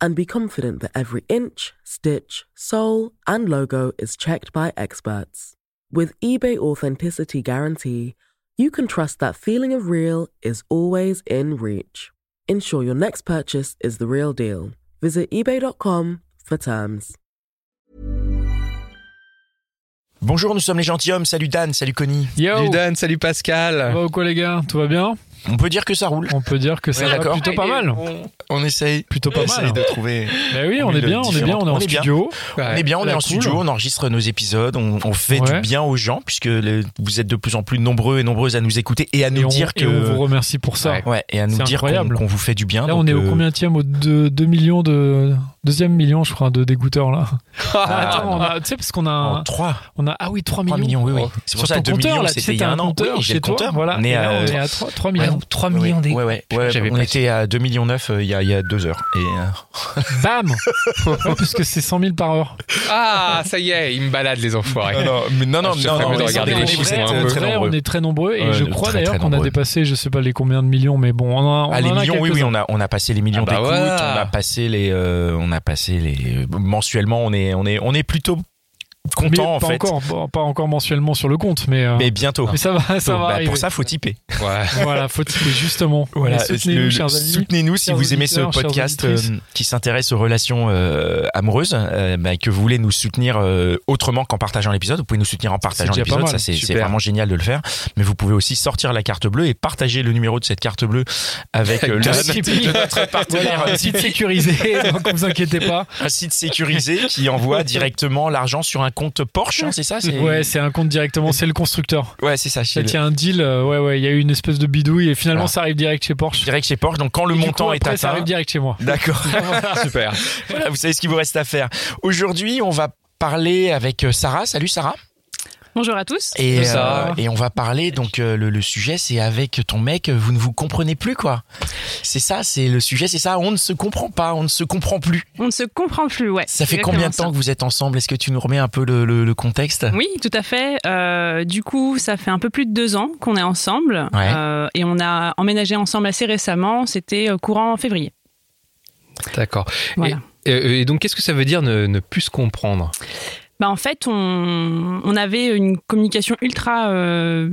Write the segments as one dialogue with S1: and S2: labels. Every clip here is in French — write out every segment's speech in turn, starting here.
S1: and be confident that every inch, stitch, sole, and logo is checked by experts. With eBay Authenticity Guarantee, you can trust that feeling of real is always in reach. Ensure your next purchase is the real deal. Visit eBay.com for terms.
S2: Bonjour, nous sommes les gentilshommes. Salut Dan, salut Connie.
S3: Yo
S4: Salut Dan, salut
S3: Ça
S4: Pascal.
S3: va ou quoi les gars Tout va bien
S2: On peut dire que ça roule.
S3: On peut dire que
S2: Ouais,
S3: ça va
S2: d'accord.
S3: plutôt pas mal.
S2: On, on essaye.
S3: Plutôt pas
S2: on essaye
S3: mal.
S2: de trouver.
S3: Bah oui, on
S2: Mille
S3: est bien, on est bien, on est
S2: différentes.
S3: en
S2: On est bien.
S3: studio.
S2: on est bien, on
S3: la
S2: est en
S3: cool.
S2: studio, on enregistre nos épisodes, on, on fait du
S3: Ouais.
S2: bien aux gens puisque le- vous êtes de plus en plus nombreux et nombreuses à nous écouter et à nous
S3: Et on,
S2: dire
S3: et
S2: que
S3: on vous remercie pour ça.
S2: ouais et à nous
S3: C'est
S2: dire qu'on
S3: incroyable.
S2: qu'on vous fait du bien.
S3: Là,
S2: donc,
S3: on est au
S2: euh,
S3: combien tième Au 2 millions de. Deuxième million, je crois, de dégoûteurs là.
S2: Ah,
S3: Attends, on a- tu sais, parce qu'on
S2: en
S3: a,
S2: trois.
S3: on a. Ah oui, 3 millions.
S2: 3 millions, oui, oui.
S3: Oh.
S2: C'est
S3: Sur
S2: pour ça,
S3: ton
S2: 2
S3: compteur,
S2: millions,
S3: là, tu
S2: c'était
S3: sais,
S2: il y a
S3: t'as
S2: un an.
S3: compteur
S2: Oui, j'ai
S3: chez
S2: le
S3: toi.
S2: compteur.
S3: Voilà.
S2: On est
S3: Et là,
S2: à,
S3: on
S2: euh,
S3: est à 3, millions.
S5: 3 millions
S2: Ouais,
S5: des.
S2: ouais, ouais, ouais,
S5: J'avais
S2: on
S5: pas
S2: était à 2 millions 9 il y a, il y a deux heures. Et, euh,
S3: Bam Ouais, Parce que c'est 100 000 par heure.
S4: Ah, ça y est, ils me baladent les enfoirés.
S2: Ah non, mais non,
S3: Ah,
S2: non,
S4: Je te
S2: non,
S4: ferai
S2: non,
S4: mieux de
S2: mais
S4: regarder
S2: sans
S4: les
S2: déconner,
S4: chiffres,
S2: vous êtes,
S4: hein,
S2: euh,
S4: un peu.
S2: très
S3: Ouais,
S2: nombreux.
S3: on est très nombreux et
S2: Ouais,
S3: je
S2: de
S3: crois
S2: très,
S3: d'ailleurs
S2: très
S3: qu'on a
S2: nombreux.
S3: dépassé, je sais pas les combien de millions, mais bon, on en a.
S2: Ah,
S3: on
S2: les
S3: en a
S2: millions, oui, oui,
S3: quelques-uns.
S2: on a, on a passé les millions
S4: Ah bah
S2: d'écoutes,
S4: voilà.
S2: on a passé les, euh, on a passé les mensuellement, on est, on est, on est plutôt
S3: Mais
S2: content en
S3: pas
S2: fait.
S3: Encore, pas- pas encore mensuellement sur le compte, mais, euh,
S2: Mais bientôt.
S3: mais ça va, ça
S2: Bientôt.
S3: va
S2: Bah,
S3: arriver.
S2: pour ça, faut tiper.
S4: Ouais.
S3: Voilà, faut tiper justement.
S2: Voilà,
S3: Et
S2: le-
S3: Soutenez-nous,
S2: le-
S3: chers amis.
S2: soutenez-nous si
S3: chers
S2: vous aimez ce
S3: auditeurs, chères
S2: podcast
S3: auditrices.
S2: euh, qui s'intéresse aux relations euh, amoureuses, euh, bah, que vous voulez nous soutenir euh, autrement qu'en partageant l'épisode. Vous pouvez nous soutenir en partageant
S3: déjà pas
S2: l'épisode,
S3: mal,
S2: ça c'est c'est
S4: super.
S2: vraiment génial de le faire. Mais vous pouvez aussi sortir la carte bleue et partager le numéro de cette carte bleue avec euh,
S4: Avec
S2: le
S4: deux
S2: site de notre partenaire
S3: Voilà, un
S2: Tipeee.
S3: site sécurisé, donc vous inquiétez pas.
S2: un site sécurisé qui envoie directement l'argent sur un compte Porsche, hein, c'est ça c'est-
S3: Ouais, c'est un compte directement, c'est le constructeur.
S2: Ouais, c'est ça. chez
S3: Il
S2: le-
S3: y a un deal, euh, ouais, ouais, il y a eu une espèce de bidouille et finalement
S2: Voilà.
S3: ça arrive direct chez Porsche.
S2: Direct chez Porsche, donc quand le
S3: Et du
S2: montant
S3: coup,
S2: est
S3: après, ça
S2: atteint.
S3: arrive direct chez moi.
S2: D'accord,
S4: Super.
S2: voilà, vous savez ce qu'il vous reste à faire. Aujourd'hui, on va parler avec euh, Sarah. Salut Sarah.
S6: Bonjour à tous.
S2: Et, euh,
S4: Salut, Sarah.
S2: et on va parler, donc euh, le, le sujet c'est avec ton mec, euh, vous ne vous comprenez plus quoi. C'est ça, c'est le sujet, c'est ça, on ne se comprend pas, on ne se comprend plus.
S6: On ne se comprend plus, ouais.
S2: Ça fait
S6: Exactement
S2: combien de temps que vous êtes ensemble Est-ce que tu nous remets un peu le, le- le contexte
S6: oui, tout à fait. Euh, du coup, ça fait un peu plus de deux ans qu'on est ensemble
S2: Ouais.
S6: Euh, et on a emménagé ensemble assez récemment. C'était euh, courant février.
S4: D'accord.
S6: Voilà.
S4: Et, et donc, qu'est-ce que ça veut dire ne, ne plus se comprendre
S6: Bah, en fait, on, on avait une communication ultra, euh,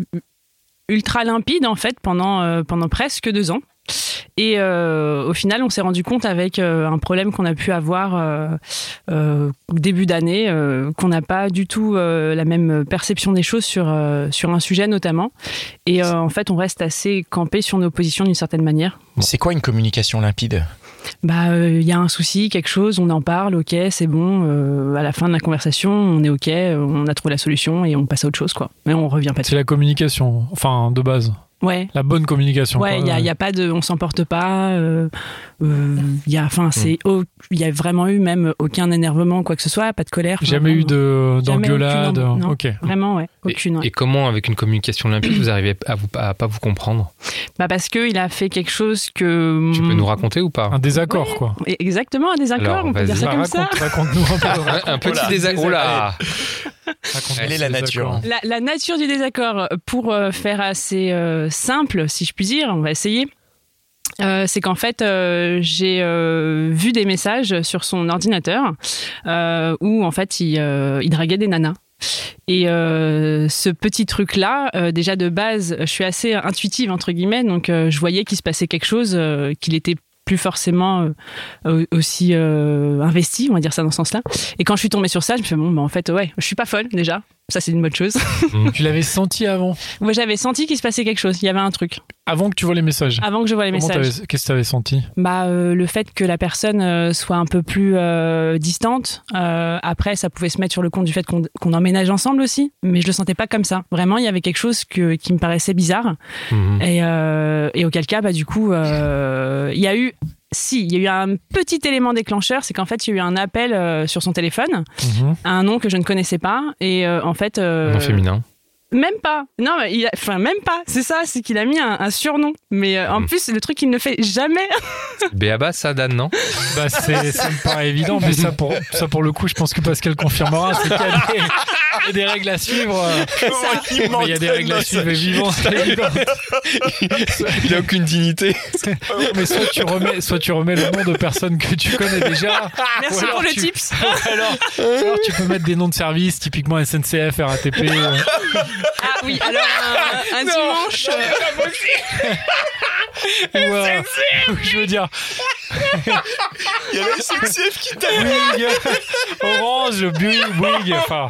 S6: ultra limpide en fait pendant, euh, pendant presque deux ans. Et euh, au final, on s'est rendu compte avec euh, un problème qu'on a pu avoir euh, euh, début d'année, euh, qu'on n'a pas du tout euh, la même perception des choses sur, euh, sur un sujet notamment. Et euh, en fait, on reste assez campé sur nos positions d'une certaine manière.
S3: Mm.
S2: C'est quoi une communication limpide
S6: Bah, il y a un souci, quelque chose, on en parle, ok, c'est bon. euh, à la fin de la conversation, on est ok, euh, on a trouvé la solution et on passe à autre chose, quoi. Mais on revient pas
S3: C'est
S6: dessus.
S3: la communication, enfin de base,
S6: Ouais.
S3: la bonne communication.
S6: Ouais,
S3: quoi.
S6: il y a,
S4: euh,
S6: y a pas de, on s'emporte pas. euh, euh, y a,
S4: Hmm.
S6: enfin, c'est, au- y a vraiment eu même aucun énervement, quoi que ce soit, pas de colère. enfin,
S3: Jamais eu
S6: vraiment.
S3: de euh,
S6: Jamais
S3: d'engueulade.
S6: aucune, non.
S3: Ok.
S6: Vraiment, ouais,
S4: Et-
S6: aucune. ouais.
S4: Et, comment, avec une communication limpide, vous arrivez à, vous, à pas vous comprendre
S6: Bah parce que il a fait quelque chose que. hmm,
S4: Tu peux nous raconter ou pas
S3: Un désaccord, quoi.
S6: Exactement, un désaccord,
S4: Alors,
S6: on peut
S4: vas-y.
S6: dire ça
S3: Bah,
S6: comme ça.
S3: raconte- Raconte-nous un peu.
S4: Un, un petit désaccord. Oh là
S3: Raconte-nous
S2: Elle est
S3: ce
S2: la nature.
S3: désaccord.
S2: hein.
S6: La, la nature du désaccord, pour euh, faire assez euh, simple, si je puis dire, on va essayer. euh, c'est qu'en fait, euh, j'ai euh, vu des messages sur son ordinateur euh, où en fait il, euh, il draguait des nanas. Et euh, ce petit truc-là, euh, déjà de base, je suis assez intuitive entre guillemets, donc euh, je voyais qu'il se passait quelque chose, euh, qu'il était plus forcément euh, aussi euh, investi, on va dire ça dans ce sens-là. Et quand je suis tombée sur ça, je me suis dit, bon, bah, en fait, ouais, je suis pas folle déjà. Ça, c'est une bonne chose.
S3: Tu l'avais senti avant,
S6: Moi, j'avais senti qu'il se passait quelque chose. Il y avait un truc
S3: avant que tu vois les messages.
S6: avant que je vois Ah, les
S3: Comment
S6: messages.
S3: t'avais- Qu'est-ce que t'avais senti
S6: Bah, euh, le fait que la personne euh, soit un peu plus euh, distante. Euh, après, ça pouvait se mettre sur le compte du fait qu'on qu'on emménage ensemble aussi. Mais je le sentais pas comme ça. Vraiment, il y avait quelque chose que, qui me paraissait bizarre.
S4: Mhm.
S6: Et, euh, et auquel cas, bah, du coup, euh, il y a eu si, il y a eu un petit élément déclencheur, c'est qu'en fait, il y a eu un appel euh, sur son téléphone
S3: Mhm.
S6: à un nom que je ne connaissais pas. Et euh, en fait. euh,
S4: Non féminin.
S6: Même pas. Non, mais il a- enfin, même pas. C'est ça, c'est qu'il a mis un, un surnom. Mais euh, en
S4: Hmm.
S6: plus, le truc qu'il ne fait jamais.
S4: Béaba, ça, Dan, non
S3: Bah, c'est, ça me paraît évident, mais ça pour, ça pour le coup, je pense que Pascal confirmera. C'est qu'il y a des, il y a des règles à suivre. euh, mais Il y a des règles à suivre évidentes. évidentes.
S2: Il a aucune dignité.
S3: Mais soit tu, remets, soit tu remets le nom de personnes que tu connais déjà,
S4: Ah,
S6: Merci
S3: alors
S6: pour le
S3: tu-
S6: tips.
S3: alors, alors tu peux mettre des noms de services, typiquement SNCF, RATP. euh,
S6: Ah oui, alors un, un dimanche. euh,
S3: ou, euh, je veux dire,
S2: Il y a la SNCF qui t'a
S3: Bouygues, Orange, Bouygues, Bouygues, enfin.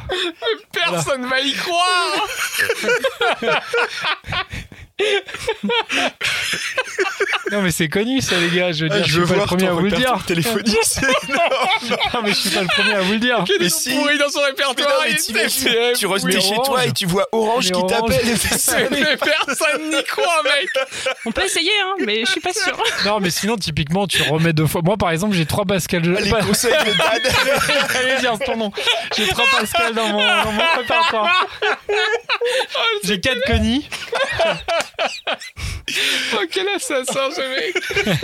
S2: Personne va y croire
S3: Non, mais c'est connu, ça, les gars. Ah, Je veux dire, je suis pas le premier à vous le dire.
S2: téléphonique, c'est
S3: Non, mais je suis pas le premier à vous le dire.
S2: Mais si.
S4: dans son
S2: Mais non,
S4: répertoire.
S2: mais
S4: il était-
S2: t'imagines, tu restes
S3: oui,
S2: chez
S3: Orange.
S2: toi et tu vois Orange
S3: Mais
S2: qui
S3: Orange.
S2: t'appelle et fait ça.
S4: Mais personne n'y croit, mec.
S6: On peut essayer, hein, mais je suis pas sûre.
S3: Non, mais sinon, typiquement, tu remets deux fois. Moi, par exemple, j'ai trois Pascal. Je...
S2: Les
S3: pas-
S2: conseils de Dan.
S3: Allez, dire ton nom. J'ai trois Pascal dans mon, dans mon répertoire.
S2: Oh,
S3: J'ai quatre Connie.
S4: Oh, quel assassin, ce mec.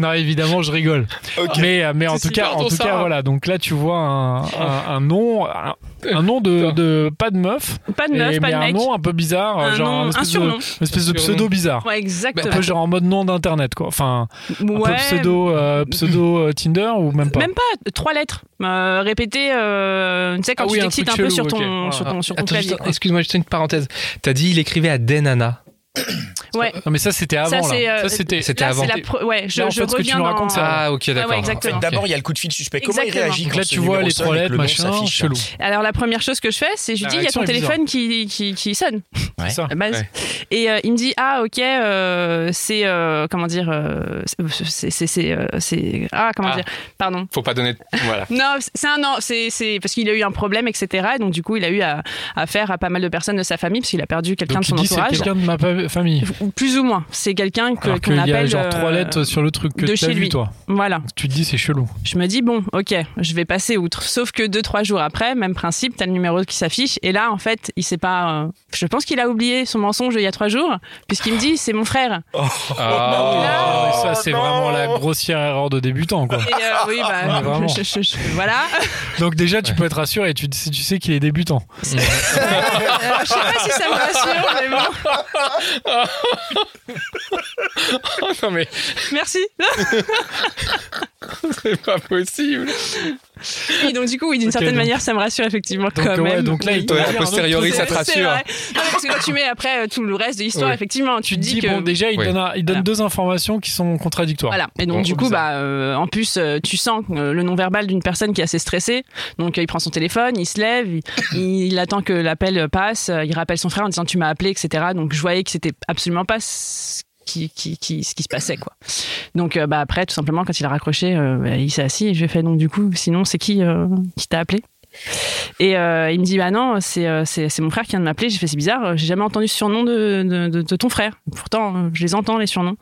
S3: Non, évidemment, je rigole.
S2: Ok.
S3: Mais, euh, mais en
S4: C'est
S3: tout cas,
S4: super
S3: en
S4: ton
S3: tout cas,
S4: Sarah.
S3: voilà. Donc là, tu vois un, un, un nom, un, un nom de, de pas de meuf,
S6: Pas de meuf,
S3: et-
S6: pas
S3: mais
S6: de
S3: Eh un
S6: mec.
S3: nom un peu bizarre,
S6: Un
S3: genre
S6: nom-
S3: un
S6: un
S3: espèce de,
S6: surnom.
S3: une espèce de
S4: Un surnom.
S3: pseudo bizarre.
S6: Ouais,
S3: Un
S6: exactement.
S3: peu genre en mode nom d'internet, quoi. Enfin, un peu
S6: Ouais,
S3: pseudo, euh, pseudo euh, Tinder ou même pas.
S6: Même pas trois lettres. Euh, répéter, euh, tu sais, quand
S3: Ah
S6: tu
S3: oui, un
S6: t'excites un,
S3: truc
S6: peu
S3: chelou,
S6: sur
S3: ok.
S6: ton,
S3: Voilà.
S6: sur ton, sur ton
S4: Attends,
S6: clavier.
S4: juste- excuse-moi, juste une parenthèse. T'as dit il écrivait à Denana.
S6: Ouais.
S3: Non, mais ça, c'était avant.
S6: Ça, c'est,
S3: là.
S6: euh,
S3: ça, c'était.
S4: C'était
S6: Là,
S4: avant.
S6: c'est la pre- Ouais, je,
S3: Là, en
S6: je
S3: fait, ce que tu
S6: reviens
S3: nous
S6: dans-
S3: racontes, ça-
S4: Ah, ok, d'accord.
S6: ouais, exactement.
S2: D'abord, il y a le coup de fil suspect. Comment il
S6: Exactement.
S2: réagit
S3: Donc
S2: quand
S3: là,
S2: ce
S3: tu vois
S2: numéro
S3: les
S2: sonne
S3: trois
S2: et que
S3: lettres,
S2: le nom
S3: machin,
S2: s'affiche hein.
S3: chelou.
S6: Alors la première chose que je fais, c'est je
S3: La
S6: lui dis il y a ton
S3: réaction est
S6: téléphone qui, qui, qui sonne.
S2: Ouais.
S3: Ça.
S6: La base.
S4: Ouais.
S6: Et euh, il me dit ah ok euh, c'est euh, comment dire euh, c'est c'est c'est euh, c'est- ah comment
S4: Ah.
S6: dire pardon.
S4: Faut pas donner. Voilà.
S6: Non, c'est- c'est un an, c'est c'est- parce qu'il a eu un problème, etc. Et donc, du coup, il a eu à, à faire à pas mal de personnes de sa famille, parce qu'il a perdu quelqu'un de
S3: Donc
S6: son
S3: il dit c'est
S6: entourage.
S3: quelqu'un de ma pa- famille.
S6: Ou Plus ou moins. C'est quelqu'un que- qu'on
S3: Alors qu'il
S6: appelle.
S3: y a genre trois
S6: euh,
S3: lettres sur le truc que
S6: de
S3: t'as
S6: chez
S3: vu
S6: lui.
S3: toi.
S6: Voilà.
S3: Tu te dis c'est chelou.
S6: Je me dis, bon, ok, je vais passer outre. Sauf que deux, trois jours après, même principe, t'as le numéro qui s'affiche. Et là, en fait, il sait pas. euh, je pense qu'il a oublié son mensonge il y a trois jours, puisqu'il me dit, c'est mon frère.
S3: Ah,
S4: Ah,
S3: mais ça c'est
S2: non.
S3: vraiment la grossière erreur de débutant quoi.
S6: Et euh, oui, bah,
S3: Ouais, vraiment.
S6: je- je- je- voilà.
S3: Donc déjà tu peux être rassuré tu, si tu sais qu'il est débutant.
S6: Alors, Euh, je sais pas si ça me rassure, mais bon.
S4: non, mais
S6: Merci.
S4: c'est pas possible.
S6: Et donc, du coup, oui, d'une
S3: Ok,
S6: certaine
S3: donc-
S6: manière, ça me rassure effectivement
S3: Donc,
S6: quand
S3: ouais,
S6: même.
S3: donc là, il
S6: Oui.
S3: te-
S4: Ouais,
S3: dire un
S4: a
S3: autre
S4: posteriori,
S3: truc,
S4: ça te
S6: C'est- c'est
S4: rassure.
S6: vrai. Non, mais parce que quand tu mets après euh, tout le reste de l'histoire,
S4: Oui.
S6: effectivement, tu,
S3: Tu te
S6: dis,
S3: dis
S6: que.
S3: bon déjà il
S4: Oui.
S3: donne un- il donne
S6: Voilà.
S3: deux informations qui sont contradictoires.
S6: Voilà. Et donc,
S4: Bon,
S6: du coup,
S3: bizarre.
S6: bah, euh, en plus, euh, tu sens euh, le non-verbal d'une personne qui est assez stressée. Donc, euh, il prend son téléphone, il se lève, il, il attend que l'appel passe, euh, il rappelle son frère en disant Tu m'as appelé, etc. Donc, je voyais que c'était absolument pas ce qui, qui, qui- ce qui se passait, quoi. Donc, euh, bah, après, tout simplement, quand il a raccroché, euh, bah, il s'est assis et j'ai fait Donc, du coup, sinon, c'est qui euh, qui t'a appelé et euh, il me dit bah non c'est euh, c'est c'est mon frère qui vient de m'appeler j'ai fait c'est bizarre euh, j'ai jamais entendu ce surnom de, de, de- de ton frère pourtant euh, je les entends les surnoms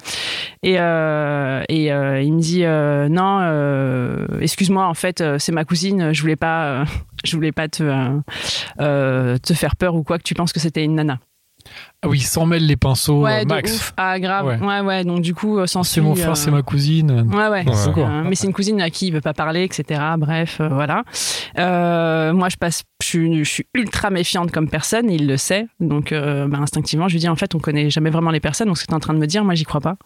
S6: et, euh, et euh, il me dit euh, non, euh, excuse-moi, en fait, euh, c'est ma cousine. Je voulais pas, euh, je voulais pas te euh, euh, te faire peur ou quoi que tu penses que c'était une nana.
S3: Ah oui il s'en mêle les pinceaux euh,
S6: ouais, de
S3: Max.
S6: ouf. Ah grave.
S3: Ouais. Ah,
S6: Ouais, ouais. donc du coup, euh, sans
S3: C'est mon frère c'est ma cousine.
S6: Ouais, ouais.
S4: Ouais.
S6: C'est,
S3: D'accord.
S6: euh, mais c'est une cousine à qui il veut pas parler, etc. Bref, euh, voilà. Euh, moi, je passe, je suis, je suis ultra méfiante comme personne, et il le sait. Donc, euh, bah, instinctivement, je lui dis en fait, on connaît jamais vraiment les personnes. Donc, ce que tu es en train de me dire, moi, j'y crois pas.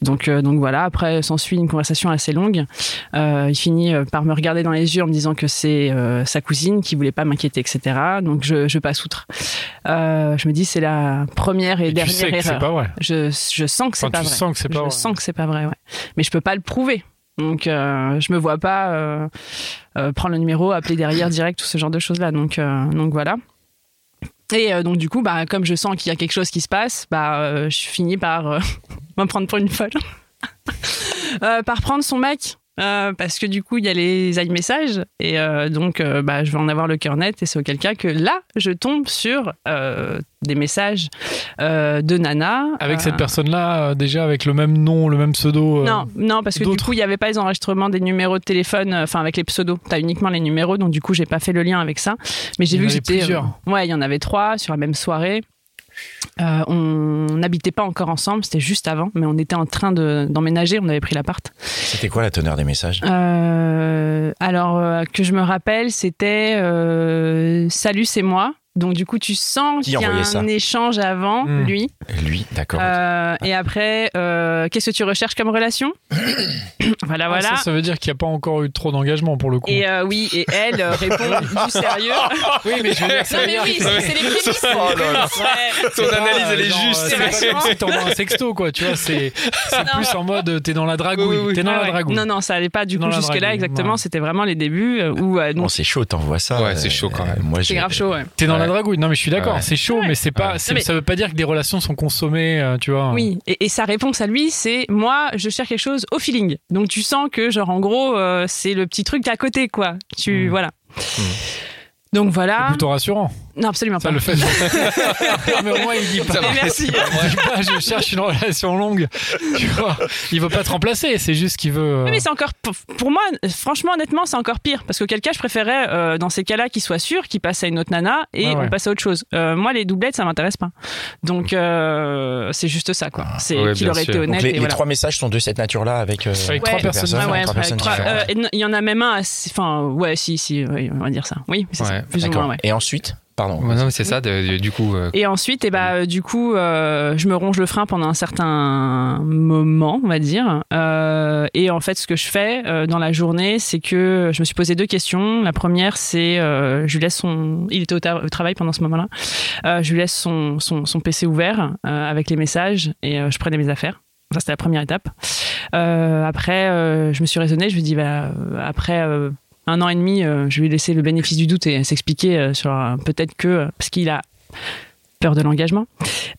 S6: Donc, euh, donc voilà. Après, s'ensuit une conversation assez longue. Euh, il finit euh, par me regarder dans les yeux en me disant que c'est euh, sa cousine qui voulait pas m'inquiéter, etc. Donc, je, je passe outre. Euh, je me dis, c'est la première et,
S3: Et tu
S6: dernière
S3: sais que c'est
S6: erreur.
S3: pas vrai.
S6: Je, je sens que c'est
S3: Enfin,
S6: pas
S3: tu
S6: vrai
S3: sens que c'est
S6: je
S3: pas vrai.
S6: sens que c'est pas vrai, ouais. Mais je peux pas le prouver. Donc, euh, je me vois pas euh, euh, prendre le numéro, appeler derrière direct, tout ce genre de choses-là. Donc, euh, donc voilà. Et euh, donc, du coup, bah, comme je sens qu'il y a quelque chose qui se passe, bah, euh, je finis par euh, me prendre pour une folle. Euh, par prendre son mec euh, parce que du coup, il y a les iMessages. Et euh, donc, euh, bah, je vais en avoir le cœur net. Et c'est auquel cas que là, je tombe sur euh, des messages euh, de Nana.
S3: Avec
S6: Euh,
S3: cette personne-là, euh, déjà avec le même nom, le même pseudo. euh,
S6: Non, non, parce que du
S3: d'autres.
S6: coup, il n'y avait pas les enregistrements des numéros de téléphone, euh, enfin avec les pseudos. Tu as uniquement les numéros, donc du coup, j'ai pas fait le lien avec ça. Mais j'ai
S3: Il y
S6: vu
S3: en
S6: que
S3: avait
S6: j'étais.
S3: plusieurs.
S6: euh, ouais, il y en avait trois sur la même soirée. Euh, on n'habitait pas encore ensemble, c'était juste avant, mais on était en train de- d'emménager, on avait pris l'appart.
S2: C'était quoi la teneur des messages
S6: Euh, alors, euh, que je me rappelle, c'était euh, Salut, c'est moi. Donc, du coup, tu sens
S2: Qui
S6: qu'il y a
S2: envoyait
S6: un
S2: ça
S6: échange avant,
S3: Hmm.
S6: lui.
S2: Lui, d'accord. ok.
S6: Euh, et après, euh, qu'est-ce que tu recherches comme relation Voilà,
S3: ah,
S6: voilà.
S3: Ça, ça veut dire qu'il n'y a pas encore eu trop d'engagement pour le coup.
S6: Et euh, oui, et elle euh, répond du sérieux.
S3: Oui, Ah, mais je veux dire, Oh
S6: Non mais oui, c'est c'est les prémices. Ouais.
S3: Ton
S4: analyse, elle est juste.
S3: C'est pas
S6: Vachement.
S3: comme si t'envoies un sexto, quoi. Tu vois, c'est c'est
S6: Non.
S3: plus en mode euh, t'es dans la dragouille.
S4: Oui, oui, oui.
S3: T'es dans
S6: Ah
S3: la
S6: ouais.
S3: dragouille.
S6: Non, non, ça allait pas du
S3: Dans
S6: coup
S3: la
S6: jusque-là
S3: drague,
S6: exactement.
S3: non.
S6: C'était vraiment les débuts euh, où euh,
S2: Bon,
S6: donc
S2: c'est chaud, t'envoies ça.
S4: Ouais, c'est
S2: euh,
S4: chaud quand même.
S2: Moi,
S6: c'est
S2: j'ai-
S6: grave chaud. Ouais.
S3: T'es dans la
S4: Ouais.
S3: dragouille. Non, mais je suis d'accord.
S4: Ouais.
S3: C'est chaud,
S6: Ouais.
S3: mais c'est pas.
S6: Ouais.
S3: c'est-
S6: Non, mais-
S3: Ça veut pas dire que des relations sont consommées. euh, Tu vois.
S6: Oui, et, et sa réponse à lui, c'est moi, je cherche quelque chose au feeling. Donc tu sens que genre en gros, euh, c'est le petit truc d'à côté quoi. Tu
S3: Mm.
S6: voilà.
S4: Mm.
S6: Donc
S3: C'est
S6: voilà.
S3: plutôt rassurant.
S6: Non, absolument
S3: Ça
S6: pas.
S3: le fait. Non, mais au moins il dit pas.
S4: Ça
S6: Mais
S4: va.
S6: merci.
S3: Il dit pas, je cherche une relation longue. Tu vois, il veut pas te remplacer. C'est juste qu'il veut. euh,
S6: Oui, mais c'est encore pour- pour moi franchement honnêtement c'est encore pire parce que cas je préférais euh, dans ces cas-là qu'il soit sûr qu'il passe à une autre nana et
S3: Ouais, ouais.
S6: on passe à autre chose Euh, moi les doublettes ça m'intéresse pas donc euh, c'est juste ça quoi c'est
S4: Ah, Ouais,
S6: qu'il
S4: bien
S6: aurait
S4: sûr.
S6: été
S4: Donc
S6: honnête
S2: Donc les,
S6: et
S2: les
S6: voilà.
S2: trois messages sont de cette nature-là avec, euh,
S3: Avec trois personnes
S6: Ouais, ouais,
S2: avec trois
S6: avec
S2: personnes
S6: trois-
S2: différentes.
S6: euh, et non, il y en a même un assez- enfin ouais si si oui, on va dire ça oui c'est ça,
S4: Ouais,
S6: plus ou
S2: D'accord.
S6: moins ouais
S2: Et ensuite, pardon.
S4: Ouais, non, mais c'est ça, de- du coup. euh,
S6: et ensuite, eh ben, euh, du coup, euh, je me ronge le frein pendant un certain moment, on va dire. Euh, et en fait, ce que je fais euh, dans la journée, c'est que je me suis posé deux questions. La première, c'est euh, je lui laisse son. Il était au, ta- au travail pendant ce moment-là. Euh, je lui laisse son, son, son PC ouvert euh, avec les messages et euh, je prenais mes affaires. Ça, c'était la première étape. Euh, après, euh, je me suis raisonnée. Je lui dis, bah, euh, après. euh, un an et demi, euh, je lui ai laissé le bénéfice du doute et s'expliquer euh, sur euh, peut-être que, euh, parce qu'il a peur de l'engagement.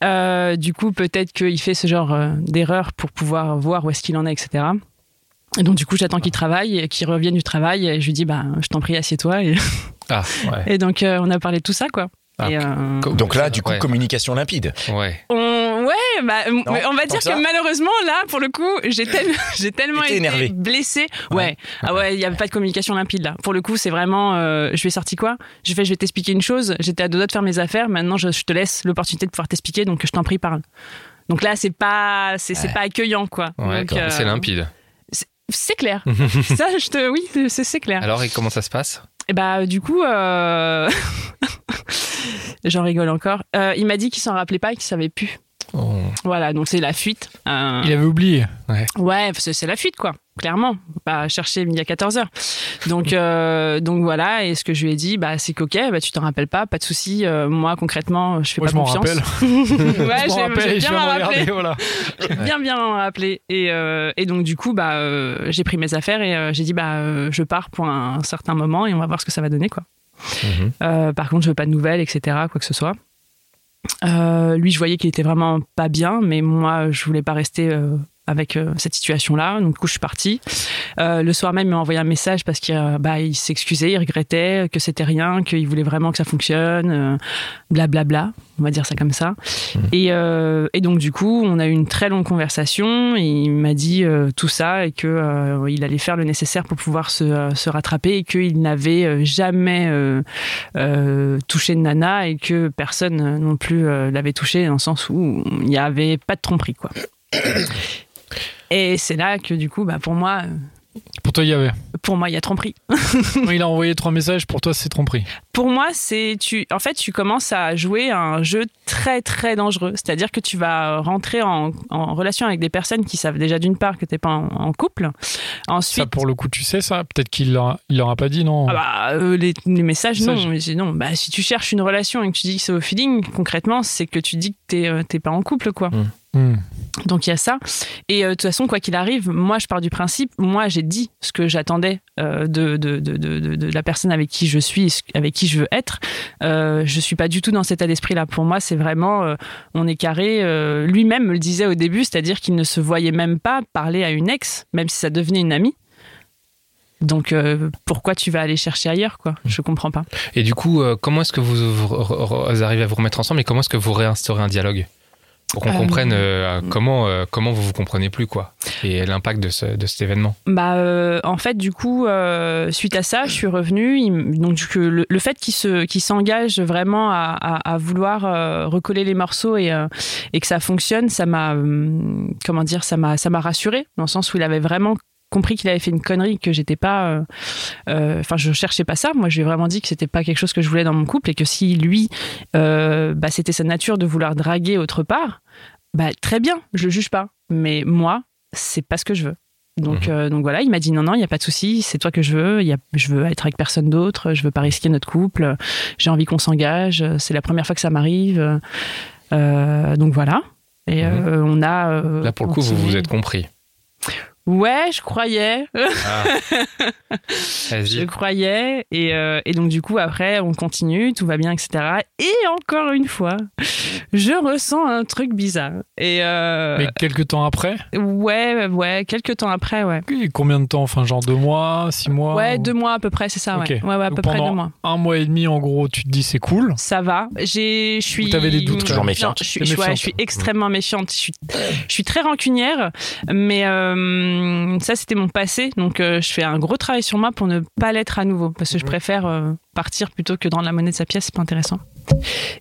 S6: Euh, du coup, peut-être qu'il fait ce genre euh, d'erreur pour pouvoir voir où est-ce qu'il en est, etc. Et donc, du coup, j'attends qu'il travaille, et qu'il revienne du travail, et je lui dis, bah, je t'en prie, assieds-toi. Et,
S4: Ah, ouais.
S6: et donc, euh, on a parlé de tout ça, quoi.
S4: Ah,
S6: Et, euh,
S2: Donc là, du coup,
S4: Ouais.
S2: communication limpide.
S4: Ouais.
S6: on, ouais, bah, m-
S2: Non,
S6: mais on va
S2: tant
S6: dire
S2: que ça.
S6: que malheureusement, là, pour le coup, j'ai tel- j'ai tellement
S2: T'étais
S6: été
S2: énervé.
S6: blessée.
S2: Ouais.
S6: Ouais. Ah ouais, il n'y avait pas de communication limpide, là. Pour le coup, c'est vraiment, euh, je lui ai sorti quoi Je fais, je vais t'expliquer une chose. J'étais à deux doigts de faire mes affaires. Maintenant, je, je te laisse l'opportunité de pouvoir t'expliquer, donc je t'en prie, parle. Donc là, c'est pas, c'est c'est
S2: Ouais.
S6: pas accueillant, quoi.
S4: Ouais,
S6: Donc,
S4: quand-
S6: euh,
S4: c'est limpide.
S6: C'est clair. ça, je te, oui, c'est c'est clair.
S4: Alors, et comment ça se passe
S6: Et bah, du coup, euh, j'en rigole encore. Euh, il m'a dit qu'il s'en rappelait pas et qu'il savait plus.
S4: Oh.
S6: Voilà, donc c'est la fuite. Euh,
S3: Il avait oublié.
S6: Ouais, parce que c'est la fuite, quoi. Clairement, pas chercher il y a 14 heures. Donc, euh, donc voilà. Et ce que je lui ai dit, bah, c'est qu'ok, bah, tu t'en rappelles pas, pas de souci. Euh, moi, concrètement, je fais
S3: Moi,
S6: pas
S3: je m'en
S6: confiance.
S3: rappelle.
S6: ouais,
S3: je m'en
S6: j'ai-
S3: rappelle
S6: j'ai
S3: et je
S6: bien
S3: viens
S6: m'en
S3: de
S6: rappeler.
S3: regarder. Voilà.
S6: Bien, bien m'en rappeler. Et, euh, et donc du coup, bah, euh, j'ai pris mes affaires et euh, j'ai dit, bah, euh, je pars pour un certain moment et on va voir ce que ça va donner, quoi.
S4: Mhm.
S6: Euh, par contre, je veux pas de nouvelles, etc., quoi que ce soit. Euh, lui, je voyais qu'il était vraiment pas bien, mais moi, je voulais pas rester euh, avec euh, cette situation-là. Donc, du coup, je suis partie. Euh, le soir même, il m'a envoyé un message parce qu'il euh, bah, il s'excusait, il regrettait que c'était rien, qu'il voulait vraiment que ça fonctionne, euh, blablabla. on va dire ça comme ça. Et, euh, et donc, du coup, on a eu une très longue conversation. Et il m'a dit euh, tout ça et que euh, il allait faire le nécessaire pour pouvoir se, euh, se rattraper et qu'il n'avait euh, jamais euh, euh, touché de Nana et que personne euh, non plus euh, l'avait touché dans le sens où il n'y avait pas de tromperie quoi. Et c'est là que du coup, bah, pour moi, euh,
S3: Pour toi, il y avait.
S6: pour moi, il y a tromperie.
S3: Quand il a envoyé trois messages, pour toi, c'est tromperie.
S6: Pour moi, c'est tu. En fait, tu commences à jouer à un jeu très très dangereux. C'est-à-dire que tu vas rentrer en, en relation avec des personnes qui savent déjà d'une part que t'es pas en, en couple.
S3: Ça,
S6: Ensuite,
S3: pour le coup, tu sais ça. Peut-être qu'il l'aura- il l'aura pas dit, non
S6: Ah bah, euh, les, les messages,
S3: Messages.
S6: non. Mais c'est- non. Bah, si tu cherches une relation et que tu dis que c'est au feeling, concrètement, c'est que tu dis que t'es euh, t'es pas en couple, quoi.
S3: Hmm.
S6: Donc il y a ça. Et euh, de toute façon, quoi qu'il arrive, moi, je pars du principe, moi, j'ai dit ce que j'attendais euh, de, de, de, de, de- de la personne avec qui je suis, ce- avec qui je veux être. Euh, je suis pas du tout dans cet état d'esprit-là. Pour moi, c'est vraiment, euh, on est carré. euh, Lui-même me le disait au début, c'est-à-dire qu'il ne se voyait même pas parler à une ex, même si ça devenait une amie. Donc euh, pourquoi tu vas aller chercher ailleurs quoi Je comprends pas.
S4: Et du coup, euh, comment est-ce que vous, vous- vous arrivez à vous remettre ensemble et comment est-ce que vous réinstaurez un dialogue pour qu'on
S6: Euh,
S4: comprenne euh, comment euh, comment vous vous comprenez plus quoi et l'impact de, ce- de cet événement.
S6: Bah euh, en fait du coup euh, suite à ça, je suis revenue. Il m- donc du coup, le, le fait qu'il se qu'il s'engage vraiment à, à- à vouloir euh, recoller les morceaux et euh, et que ça fonctionne, ça m'a euh, comment dire, ça m'a ça m'a rassurée dans le sens où il avait vraiment compris qu'il avait fait une connerie que j'étais pas euh, euh, enfin je cherchais pas ça moi j'ai vraiment dit que c'était pas quelque chose que je voulais dans mon couple et que si lui euh, bah, c'était sa nature de vouloir draguer autre part bah très bien je le juge pas mais moi c'est pas ce que je veux donc,
S4: Mhm.
S6: euh, donc voilà, il m'a dit non, non, il n'y a pas de souci, c'est toi que je veux, il y a, je veux être avec personne d'autre, je veux pas risquer notre couple, j'ai envie qu'on s'engage, c'est la première fois que ça m'arrive. Euh, donc voilà. Et
S4: Mhm.
S6: euh, on a. euh,
S4: Là pour le coup, vous vous
S6: continué.
S4: êtes compris.
S6: Ouais, je croyais. Je
S4: Vas-y.
S6: croyais. Et, euh, et donc, du coup, après, on continue, tout va bien, etc. Et encore une fois, je ressens un truc bizarre. Et euh,
S3: Mais quelques temps après
S6: ouais, ouais, quelques temps après, ouais.
S3: Et Combien de temps Enfin, genre deux mois, six mois
S6: Ouais,
S3: ou-
S6: deux mois à peu près, c'est ça, ouais.
S3: Ok.
S6: Ouais, ouais, à
S3: Donc
S6: peu près
S3: pendant
S6: deux mois.
S3: Un mois et demi, en gros, tu te dis c'est cool.
S6: Ça va. J'ai, je suis.
S3: Ou t'avais des doutes,
S6: Non,
S2: Toujours méfiante.
S6: je suis,
S3: T'es
S6: je- ouais,
S3: méfiante.
S6: je suis extrêmement méfiante. Je suis, je suis très rancunière, mais euh, ça, c'était mon passé. Donc, euh, je fais un gros travail sur moi pour ne pas l'être à nouveau, parce que
S3: Mhm.
S6: je préfère euh, partir plutôt que dans la monnaie de sa pièce. C'est pas intéressant.